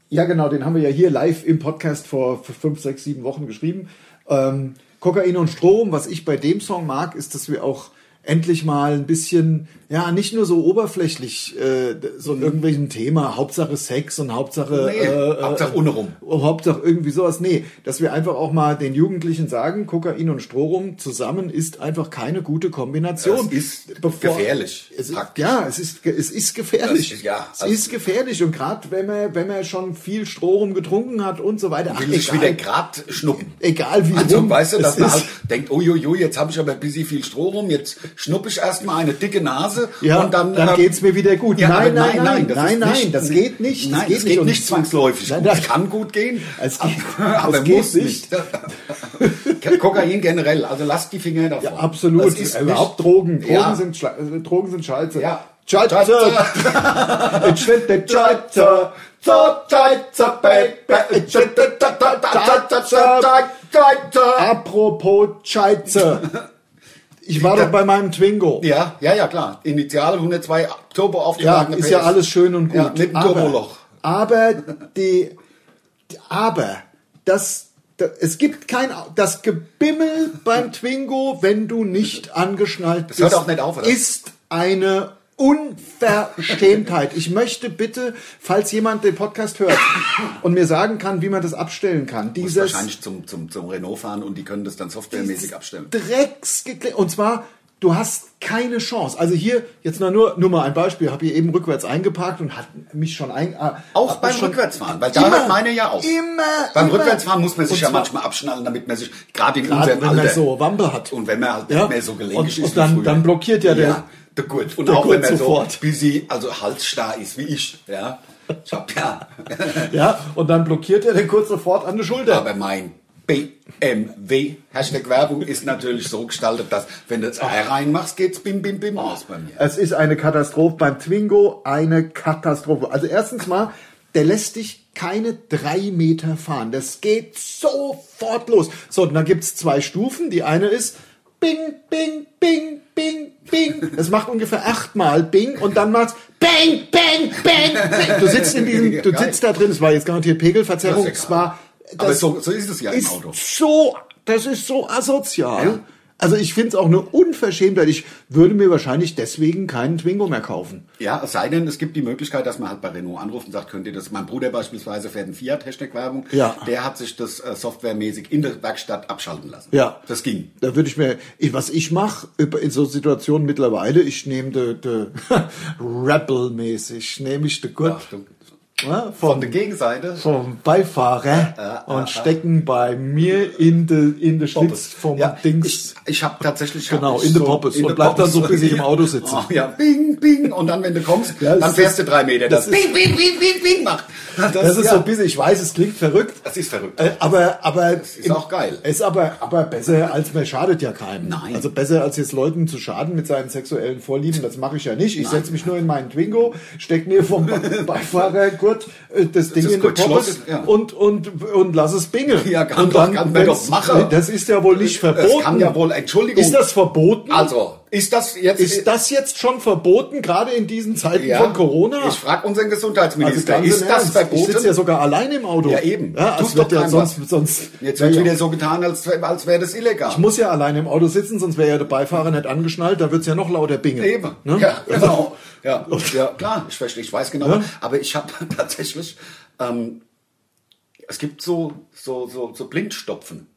S2: Ja, genau, den haben wir ja hier live im Podcast vor f- fünf, sechs, sieben Wochen geschrieben. Ähm, Kokain und Strom, was ich bei dem Song mag, ist, dass wir auch endlich mal ein bisschen, ja, nicht nur so oberflächlich äh, so in irgendwelchem Thema, Hauptsache Sex und Hauptsache...
S1: Nee,
S2: äh,
S1: Hauptsache ohne rum.
S2: Oh, Hauptsache irgendwie sowas. Nee, dass wir einfach auch mal den Jugendlichen sagen, Kokain und Strohrum zusammen ist einfach keine gute Kombination.
S1: Es ist gefährlich,
S2: Es ist,
S1: praktisch.
S2: ja, es ist, es ist gefährlich.
S1: Das ist- ja,
S2: es
S1: also-
S2: ist gefährlich. Und gerade wenn man, wenn man schon viel Strohrum getrunken hat und so weiter.
S1: Will ich wieder grad schnuppen.
S2: egal halt- wie
S1: Also,
S2: rum.
S1: weißt du, dass
S2: es
S1: man
S2: ist,
S1: halt denkt, uiuiui, jetzt habe ich aber ein bisschen viel Stroh rum, jetzt schnuppe ich erstmal eine dicke Nase
S2: ja,
S1: und dann... äh,
S2: geht's mir wieder gut.
S1: Ja,
S2: nein,
S1: aber
S2: nein, nein, nein,
S1: das
S2: nein,
S1: ist
S2: nein,
S1: nicht-
S2: das geht nicht.
S1: Nein, das geht,
S2: Und-
S1: nicht zwangsläufig.
S2: Nein,
S1: gut,
S2: nein.
S1: es kann gut gehen,
S2: Es *laughs* geht-
S1: *laughs* aber
S2: es geht
S1: muss nicht. *laughs* Kokain generell, also lasst die Finger davon.
S2: Ja, absolut.
S1: Das ist
S2: Überhaupt
S1: nicht-
S2: Drogen. Drogen,
S1: Ja.
S2: sind Schla äh, Drogen sind Scheiße.
S1: Ja.
S2: Scheiße. *laughs* Ich find den Scheiße. So Scheiße, baby. Ich find den Scheiße. Apropos Scheiße. Ich war doch bei meinem Twingo.
S1: Ja, ja, ja, klar. Initial 102 Turbo
S2: Ja,
S1: aufgeladene
S2: ist ja
S1: PS.
S2: alles schön und gut.
S1: Ja, mit dem Turboloch.
S2: Aber, aber die, die- aber das, das, es gibt kein, Au- das Gebimmel beim Twingo, wenn du nicht angeschnallt bist,
S1: hört auch nicht auf, oder?
S2: ist eine Unverschämtheit. Ich möchte bitte, falls jemand den Podcast hört und mir sagen kann, wie man das abstellen kann, dieses
S1: Wahrscheinlich zum, zum, zum Renault fahren und die können das dann softwaremäßig abstellen.
S2: Drecksgekle Und zwar, du hast keine Chance. Also hier, jetzt mal nur, nur mal ein Beispiel. Habe hier eben rückwärts eingeparkt und hat mich schon ein... ah,
S1: Auch
S2: hat
S1: beim
S2: mich schon-
S1: Rückwärtsfahren, weil da hört meine ja auf.
S2: Immer,
S1: Beim
S2: immer.
S1: Rückwärtsfahren muss man sich
S2: Und
S1: ja
S2: zwar-
S1: manchmal abschnallen, damit man sich gerade in
S2: Gerade
S1: unserem
S2: wenn man
S1: Alter
S2: so Wampe hat.
S1: und wenn man halt
S2: Ja.
S1: nicht mehr so gelenkig
S2: Und-
S1: ist
S2: und dann-
S1: wie früher.
S2: dann blockiert ja der-
S1: der Gurt. Und
S2: der
S1: auch
S2: Gurt
S1: wenn man
S2: sofort.
S1: so busy, also halsstarr ist wie ich. Ja, ich hab ja, *laughs*
S2: Ja, und dann blockiert er den kurz sofort an die Schulter.
S1: aber mein BMW Hashtag Werbung ist natürlich so gestaltet, dass wenn du das Ei reinmachst, geht's bim bim bim aus bei mir.
S2: Es ist eine Katastrophe beim Twingo, eine Katastrophe. Also erstens mal, der lässt dich keine drei Meter fahren. Das geht sofort los. So, und dann gibt's zwei Stufen. Die eine ist Bing, Bing, Bing, Bing, Bing. Das macht ungefähr achtmal Bing und dann macht's Bing, Bing, Bing, Bing. Du sitzt in diesem, du sitzt da drin. Es war jetzt garantiert Pegelverzerrung.
S1: Das ist
S2: Es
S1: egal.
S2: war,
S1: Aber so- so ist es ja im Auto.
S2: so, das ist so asozial. Also ich finde es auch eine Unverschämtheit. Ich würde mir wahrscheinlich deswegen keinen Twingo mehr kaufen.
S1: Ja, es sei denn, es gibt die Möglichkeit, dass man halt bei Renault anruft und sagt, könnt ihr das, mein Bruder beispielsweise fährt einen Fiat, Hashtag Werbung,
S2: Ja.
S1: der hat sich das äh, softwaremäßig in der Werkstatt abschalten lassen.
S2: Ja.
S1: Das ging.
S2: Da würde ich mir, ich, was ich mache in so Situationen mittlerweile, ich nehme de, de *laughs* Rebel-mäßig, nehme ich de Gurt.
S1: Achtung.
S2: ne,
S1: Von
S2: vom,
S1: der Gegenseite.
S2: vom Beifahrer
S1: Äh,
S2: und stecken bei mir in de, in de Schlitz vom
S1: ja,
S2: Dings.
S1: Ich, ich habe tatsächlich.
S2: Genau,
S1: hab
S2: in
S1: ich
S2: de Poppes. Und
S1: de
S2: bleib dann so, bis ich im Auto sitze.
S1: Oh, ja, bing, bing. Und dann, wenn du kommst,
S2: Ja, das
S1: dann
S2: ist-
S1: fährst du drei Meter.
S2: das
S1: Das, bing, bing, bing, bing, bing macht. Das,
S2: das ist
S1: ja,
S2: so ein bisschen, ich weiß, es klingt verrückt.
S1: Das ist verrückt.
S2: Äh, aber, aber
S1: ist auch geil.
S2: Ist aber, aber besser als man schadet ja keinem.
S1: Nein.
S2: Also besser als jetzt Leuten zu schaden mit seinen sexuellen Vorlieben, das mache ich ja nicht. Ich setze mich nur in meinen Twingo, steck
S1: *laughs*
S2: mir vom Be- Beifahrer gut äh, das
S1: Das
S2: Ding in den
S1: Gurt
S2: Poppes
S1: schloss, ja.
S2: und, und, und lass es bingeln.
S1: Ja, kann
S2: und
S1: doch- kann man
S2: wenn's-
S1: doch machen.
S2: Das ist ja wohl nicht
S1: Das
S2: verboten.
S1: kann ja wohl- Entschuldigung.
S2: Ist das verboten?
S1: also, ist das jetzt.
S2: Ist das jetzt schon verboten, gerade in diesen Zeiten
S1: Ja,
S2: von Corona?
S1: Ich frage unseren Gesundheitsminister,
S2: ganz
S1: ist
S2: Also im
S1: das
S2: Ernst, Ich sitze
S1: verboten?
S2: ja sogar allein im Auto.
S1: Ja, eben.
S2: Ja,
S1: Tut
S2: es wird
S1: doch
S2: ja
S1: keinem
S2: sonst,
S1: was.
S2: sonst
S1: Jetzt wird
S2: Ja,
S1: wieder so getan, als, wär- als wäre das illegal.
S2: Ich muss ja allein im Auto sitzen, sonst wäre ja der Beifahrer nicht angeschnallt, da wird's ja noch lauter bingen.
S1: Eben.
S2: Ne? *laughs*
S1: Ja, genau. Ja, ja, klar, ich verstehe, ich weiß genau. Aber ich habe *laughs* tatsächlich, ähm, es gibt so, so, so, so Blindstopfen,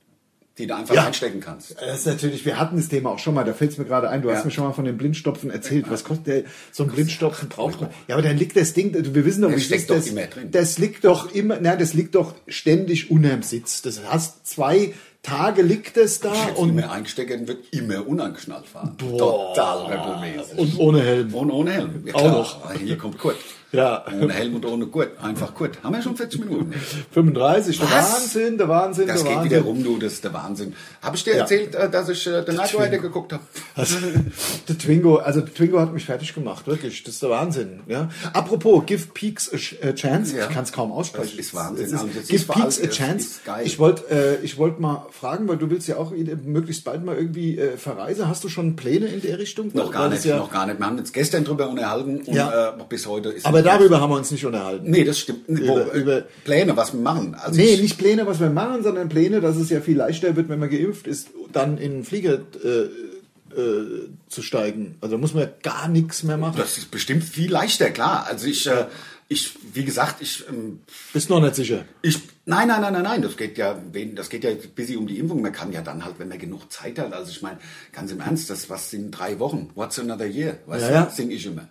S1: die du einfach
S2: Ja.
S1: reinstecken kannst.
S2: Das ist natürlich, wir hatten das Thema auch schon mal, da fällt's mir gerade ein, du hast
S1: Ja.
S2: mir schon mal von den Blindstopfen erzählt. Was kostet der, so ein Blindstopfen braucht man. Ja, aber dann liegt das Ding, wir wissen doch,
S1: Der
S2: wie es
S1: steckt
S2: ist,
S1: doch
S2: das,
S1: immer drin.
S2: das liegt doch immer, na, das liegt doch ständig unterm Sitz. Das heißt, zwei Tage liegt es da
S1: Ich hätte
S2: und,
S1: immer eingestecken, wird immer unangeknallt fahren.
S2: Boah.
S1: Total regelmäßig.
S2: und ohne Helm.
S1: Und ohne Helm. Ja,
S2: Auch
S1: klar. Ah,
S2: noch.
S1: Hier kommt Kurt.
S2: Ja.
S1: Ohne Helm und ohne Kurt. Einfach Kurt. Haben wir schon 40
S2: *laughs*
S1: Minuten.
S2: 35, der
S1: Was?
S2: Wahnsinn, der Wahnsinn,
S1: Das
S2: der
S1: geht
S2: Wahnsinn.
S1: wieder rum, du, das ist der Wahnsinn. Habe ich dir erzählt, äh, dass ich äh, den Night Rider geguckt habe?
S2: Also, *laughs* der Twingo, also der Twingo hat mich fertig gemacht, wirklich. Das ist der Wahnsinn. Ja. Apropos, give Peaks a, sh- a chance.
S1: Ja.
S2: Ich kann es kaum aussprechen.
S1: Das ist Wahnsinn.
S2: Es
S1: Also, das
S2: ist,
S1: ist
S2: give
S1: vor allem-
S2: Peaks a
S1: das
S2: chance.
S1: ist geil.
S2: Ich wollte, äh, ich wollte mal fragen, weil du willst ja auch i- möglichst bald mal irgendwie äh, verreisen. Hast du schon Pläne in der Richtung?
S1: Noch gar
S2: Weil
S1: nicht,
S2: das ja-
S1: noch gar nicht. Wir haben uns gestern drüber unterhalten und
S2: Ja.
S1: äh, bis heute ist
S2: Aber
S1: nicht-
S2: darüber haben wir uns nicht unterhalten.
S1: Nee, das stimmt. Nee, wo,
S2: Über-
S1: äh,
S2: über-
S1: Pläne, was wir machen. Also
S2: Nee,
S1: ich,
S2: nicht Pläne, was wir machen, sondern Pläne, dass es ja viel leichter wird, wenn man geimpft ist, dann in den Flieger äh, äh, zu steigen. Also da muss man ja gar nichts mehr machen.
S1: das ist bestimmt viel leichter, klar. Also ich, äh, ich wie gesagt, ich, ähm,
S2: Bist noch nicht sicher.
S1: ich, nein, nein, nein, nein, nein, das geht ja, wen- das geht ja ein bisschen um die Impfung. Man kann ja dann halt, wenn man genug Zeit hat, also ich meine, ganz im Ernst, das, was sind drei Wochen? What's another year? Weißt
S2: Ja,
S1: du,
S2: ja.
S1: sing ich immer.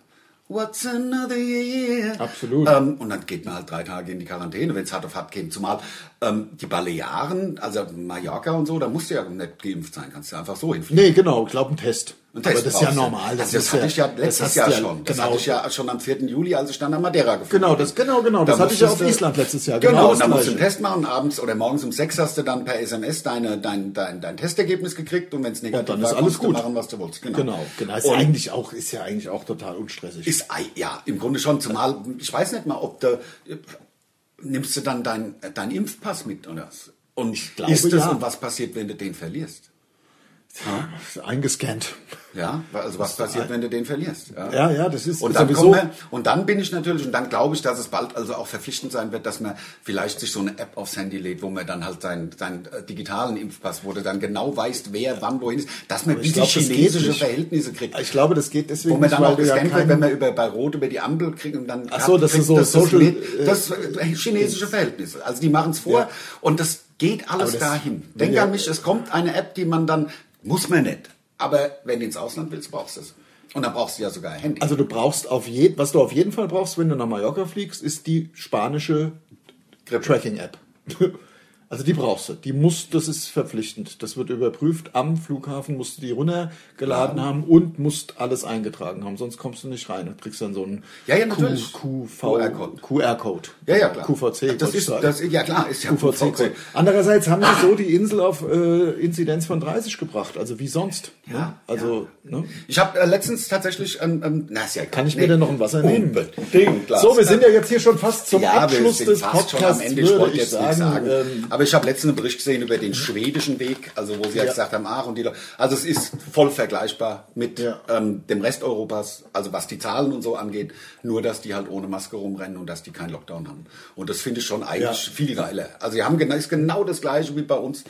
S1: What's another year?
S2: Absolut.
S1: Ähm, und dann geht man halt drei Tage in die Quarantäne, wenn es hart auf hart käme. Zumal ähm, die Balearen, also Mallorca und so, da musst du ja nicht geimpft sein, kannst du einfach so hinfliegen.
S2: Nee, genau, glaub ein Test.
S1: Ein
S2: Aber
S1: Test
S2: das ist ja
S1: brauchst du.
S2: normal.
S1: Also das
S2: ist
S1: hatte ich ja
S2: das
S1: letztes
S2: hast
S1: Jahr
S2: du ja-
S1: schon. Das
S2: genau,
S1: hatte ich ja schon am 4. Juli, als ich dann nach Madeira geflogen
S2: Genau,
S1: bin.
S2: das- genau, genau, das
S1: Da
S2: hatte ich ja auf
S1: musstest du-
S2: Island letztes Jahr.
S1: Genau,
S2: Genau das
S1: und dann musst du einen
S2: Gleiche.
S1: Test machen. Abends oder morgens um 6 hast du dann per SMS deine, dein, dein, dein Testergebnis gekriegt. Und wenn es negativ
S2: dann
S1: war,
S2: ist alles
S1: konntest du
S2: gut.
S1: machen, was du wolltest. Genau.
S2: Genau, genau. Ist,
S1: Und-
S2: eigentlich auch, ist ja eigentlich auch total unstressig.
S1: ist ei- ja im Grunde schon, zumal ich weiß nicht mal, ob da nimmst du dann deinen dein Impfpass mit oder was? Und
S2: glaube,
S1: ist das
S2: ja.
S1: und was passiert, wenn du den verlierst?
S2: Ist eingescannt.
S1: Ja, also was passiert, wenn du den verlierst?
S2: Ja, ja, das ist
S1: Und dann, kommen wir, und dann bin ich natürlich, und dann glaube ich, dass es bald also auch verpflichtend sein wird, dass man vielleicht sich so eine App aufs Handy lädt, wo man dann halt seinen, seinen äh, digitalen Impfpass, wo du dann genau weißt, wer wann wohin ist, dass man ein bisschen
S2: glaub, das geht
S1: chinesische
S2: nicht.
S1: Verhältnisse kriegt.
S2: Ich glaube, das geht deswegen
S1: Wo man dann
S2: nicht, weil
S1: auch
S2: du ja
S1: gescannt wird,
S2: keinen-
S1: wenn man über, bei Rot über die Ampel kriegt und dann...
S2: Ach so, das
S1: kriegt,
S2: ist so
S1: dass das
S2: Social-
S1: mit- Das, äh, chinesische Verhältnisse. Also die machen es vor
S2: Ja.
S1: und das geht alles
S2: Aber das-
S1: dahin. Denk
S2: Ja.
S1: an mich, es kommt eine App, die man dann... Muss man nicht. Aber wenn du ins Ausland willst, brauchst du es. Und dann brauchst du ja sogar ein Handy.
S2: Also du brauchst auf jeden, was du auf jeden Fall brauchst, wenn du nach Mallorca fliegst, ist die spanische Tracking-App. *laughs* Also die brauchst du. Die muss, das ist verpflichtend. Das wird überprüft. Am Flughafen musst du die runtergeladen haben und musst alles eingetragen haben. Sonst kommst du nicht rein und kriegst dann so einen
S1: Ja, ja, natürlich.
S2: Q- QV
S1: QR-Code.
S2: QR-Code.
S1: Ja, ja, klar.
S2: QVC.
S1: Das
S2: wollte ich
S1: ist,
S2: sagen.
S1: das, ja, klar, ist ja
S2: QVC. Andererseits haben sie so die Insel auf äh, Inzidenz von 30 gebracht. Also wie sonst. ne?
S1: Ja,
S2: also Ne?
S1: Ich habe äh, letztens tatsächlich, ähm, ähm, na, ist ja egal.
S2: Kann ich mir denn noch ein Wasser nehmen?
S1: Unbedingt, Lars.
S2: So, wir sind ja jetzt hier schon fast zum
S1: ja, wir
S2: Abschluss
S1: sind
S2: des
S1: fast
S2: Podcasts.
S1: schon am Ende. Ich
S2: würde
S1: wollte
S2: ich
S1: jetzt nichts
S2: sagen.
S1: sagen.
S2: Ähm,
S1: Aber ich habe letztens einen Bericht gesehen über den schwedischen Weg, also wo sie ja.
S2: Ja.
S1: gesagt haben, ach und die Leute. Also es ist voll vergleichbar mit
S2: Ja.
S1: ähm, dem Rest Europas, also was die Zahlen und so angeht. Nur, dass die halt ohne Maske rumrennen und dass die keinen Lockdown haben. Und das finde ich schon eigentlich
S2: Ja.
S1: viel geiler. Also sie haben genau, ist genau das Gleiche wie bei uns.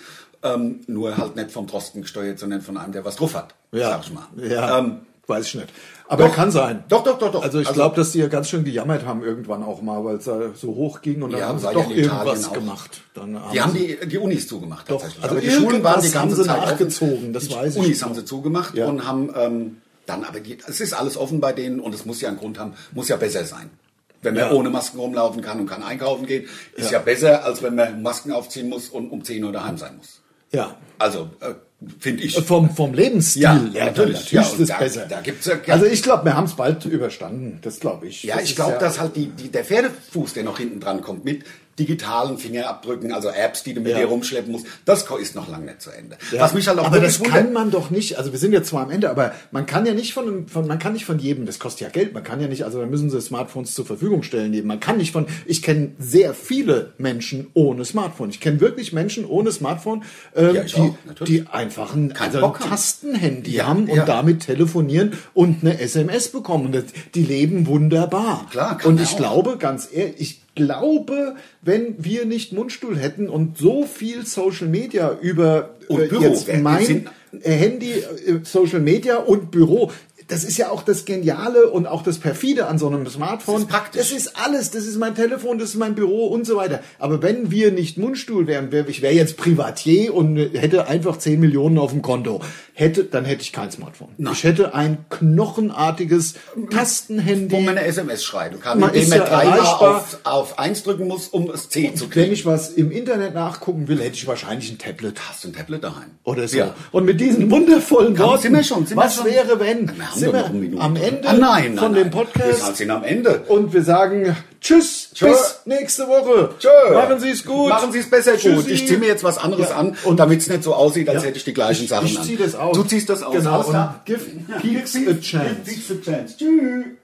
S1: Ähm, nur halt nicht vom Drosten gesteuert, sondern von einem, der was drauf hat.
S2: ja,
S1: Sag ich mal.
S2: Ja,
S1: Ähm,
S2: weiß ich nicht. Aber
S1: doch.
S2: kann sein.
S1: Doch, doch, doch, doch.
S2: Also ich
S1: Also-
S2: glaube, dass die ja ganz schön gejammert haben irgendwann auch mal, weil es da so hoch ging und dann
S1: Ja,
S2: haben sie
S1: war ja
S2: doch
S1: in Italien
S2: irgendwas
S1: auch.
S2: gemacht. Dann haben
S1: genau. die haben
S2: sie-
S1: die, die Unis zugemacht
S2: Doch,
S1: tatsächlich.
S2: also
S1: aber die Schulen waren die
S2: irgendwas haben
S1: ganze
S2: sie
S1: Zeit
S2: nachgezogen,
S1: offen.
S2: das
S1: die
S2: weiß ich
S1: Unis
S2: nicht
S1: haben
S2: genau.
S1: sie zugemacht
S2: Ja.
S1: und haben ähm, dann aber die, es ist alles offen bei denen und es muss ja einen Grund haben, muss ja besser sein. Wenn man ohne Masken rumlaufen kann und kann einkaufen gehen, ist ja, besser, als wenn man Masken aufziehen muss und um 10 Uhr daheim sein muss.
S2: Ja.
S1: Also, äh, finde ich.
S2: Vom, vom Lebensstil.
S1: Ja,
S2: her,
S1: natürlich. Ja,
S2: ist
S1: und
S2: es
S1: da-
S2: besser.
S1: da gibt's ja-
S2: also ich glaube, wir haben es bald überstanden. Das glaube ich.
S1: Ja,
S2: das
S1: ich
S2: ist
S1: glaube, dass halt die, die, der Pferdefuß, der noch hinten dran kommt, mit digitalen Fingerabdrücken, also Apps, die du mit
S2: Ja.
S1: dir rumschleppen musst, das ko- ist noch lange nicht zu Ende.
S2: Ja.
S1: Was mich halt auch
S2: aber
S1: wirklich
S2: das kann man doch nicht. Also wir sind jetzt zwar am Ende, aber man kann ja nicht von, von man kann nicht von jedem. Das kostet ja Geld. Man kann ja nicht. Also da müssen sie Smartphones zur Verfügung stellen. Jedem. Man kann nicht von. Ich kenne sehr viele Menschen ohne Smartphone. Ich kenne wirklich Menschen ohne Smartphone, ähm,
S1: Ja, ich auch,
S2: die,
S1: natürlich.
S2: die einfach ein,
S1: Keinen
S2: also ein
S1: Bock haben.
S2: Tastenhandy
S1: Ja,
S2: haben und
S1: ja.
S2: damit telefonieren und eine SMS bekommen. Und Das, die leben wunderbar.
S1: Klar, kann
S2: Und
S1: man
S2: ich
S1: auch.
S2: glaube, ganz ehrlich, ich glaube, wenn wir nicht Mundstuhl hätten und so viel Social Media über
S1: Und
S2: äh,
S1: Büro.
S2: Jetzt
S1: Wir
S2: mein
S1: sind-
S2: äh, Handy, äh, Social Media und Büro. Das ist ja auch das Geniale und auch das Perfide an so einem Smartphone.
S1: Das ist praktisch.
S2: Das ist alles. Das ist mein Telefon, das ist mein Büro und so weiter. Aber wenn wir nicht Mundstuhl wären, wär, ich wäre jetzt Privatier und äh, hätte einfach 10 Millionen auf dem Konto, hätte, dann hätte ich kein Smartphone. Ich hätte ein knochenartiges Tastenhandy.
S1: wo man eine SMS schreiben kann,
S2: Man
S1: indem
S2: ist
S1: man
S2: ja
S1: dreimal
S2: erreichbar.
S1: auf, auf 1 drücken muss, um das C zu
S2: Wenn
S1: kriegen.
S2: ich was im Internet nachgucken will, hätte ich wahrscheinlich ein Tablet.
S1: Hast du ein Tablet daheim?
S2: oder so.
S1: Ja.
S2: Und mit diesen wundervollen
S1: Komm,
S2: Worten.
S1: sind wir schon, sind wir
S2: was
S1: schon.
S2: wäre, wenn?
S1: Wir haben
S2: sind
S1: doch
S2: wir
S1: noch eine Minute.
S2: am Ende
S1: Ah, nein, nein,
S2: von
S1: nein.
S2: dem
S1: Wir
S2: Podcast?
S1: sind am Ende.
S2: Und wir sagen Tschüss,
S1: Tschö.
S2: bis nächste Woche.
S1: Tschö.
S2: Machen Sie es gut.
S1: Machen Sie es besser gut.
S2: Tschüssi.
S1: Ich ziehe mir jetzt was anderes
S2: Ja.
S1: an,
S2: Und-
S1: damit es nicht so aussieht, als
S2: Ja.
S1: hätte ich die gleichen
S2: ich,
S1: Sachen
S2: ich
S1: an.
S2: ziehe das aus.
S1: Du ziehst das aus.
S2: Genau.
S1: Alles klar.
S2: Und give Peaks a chance.
S1: Give Peaks a chance. Tschüss.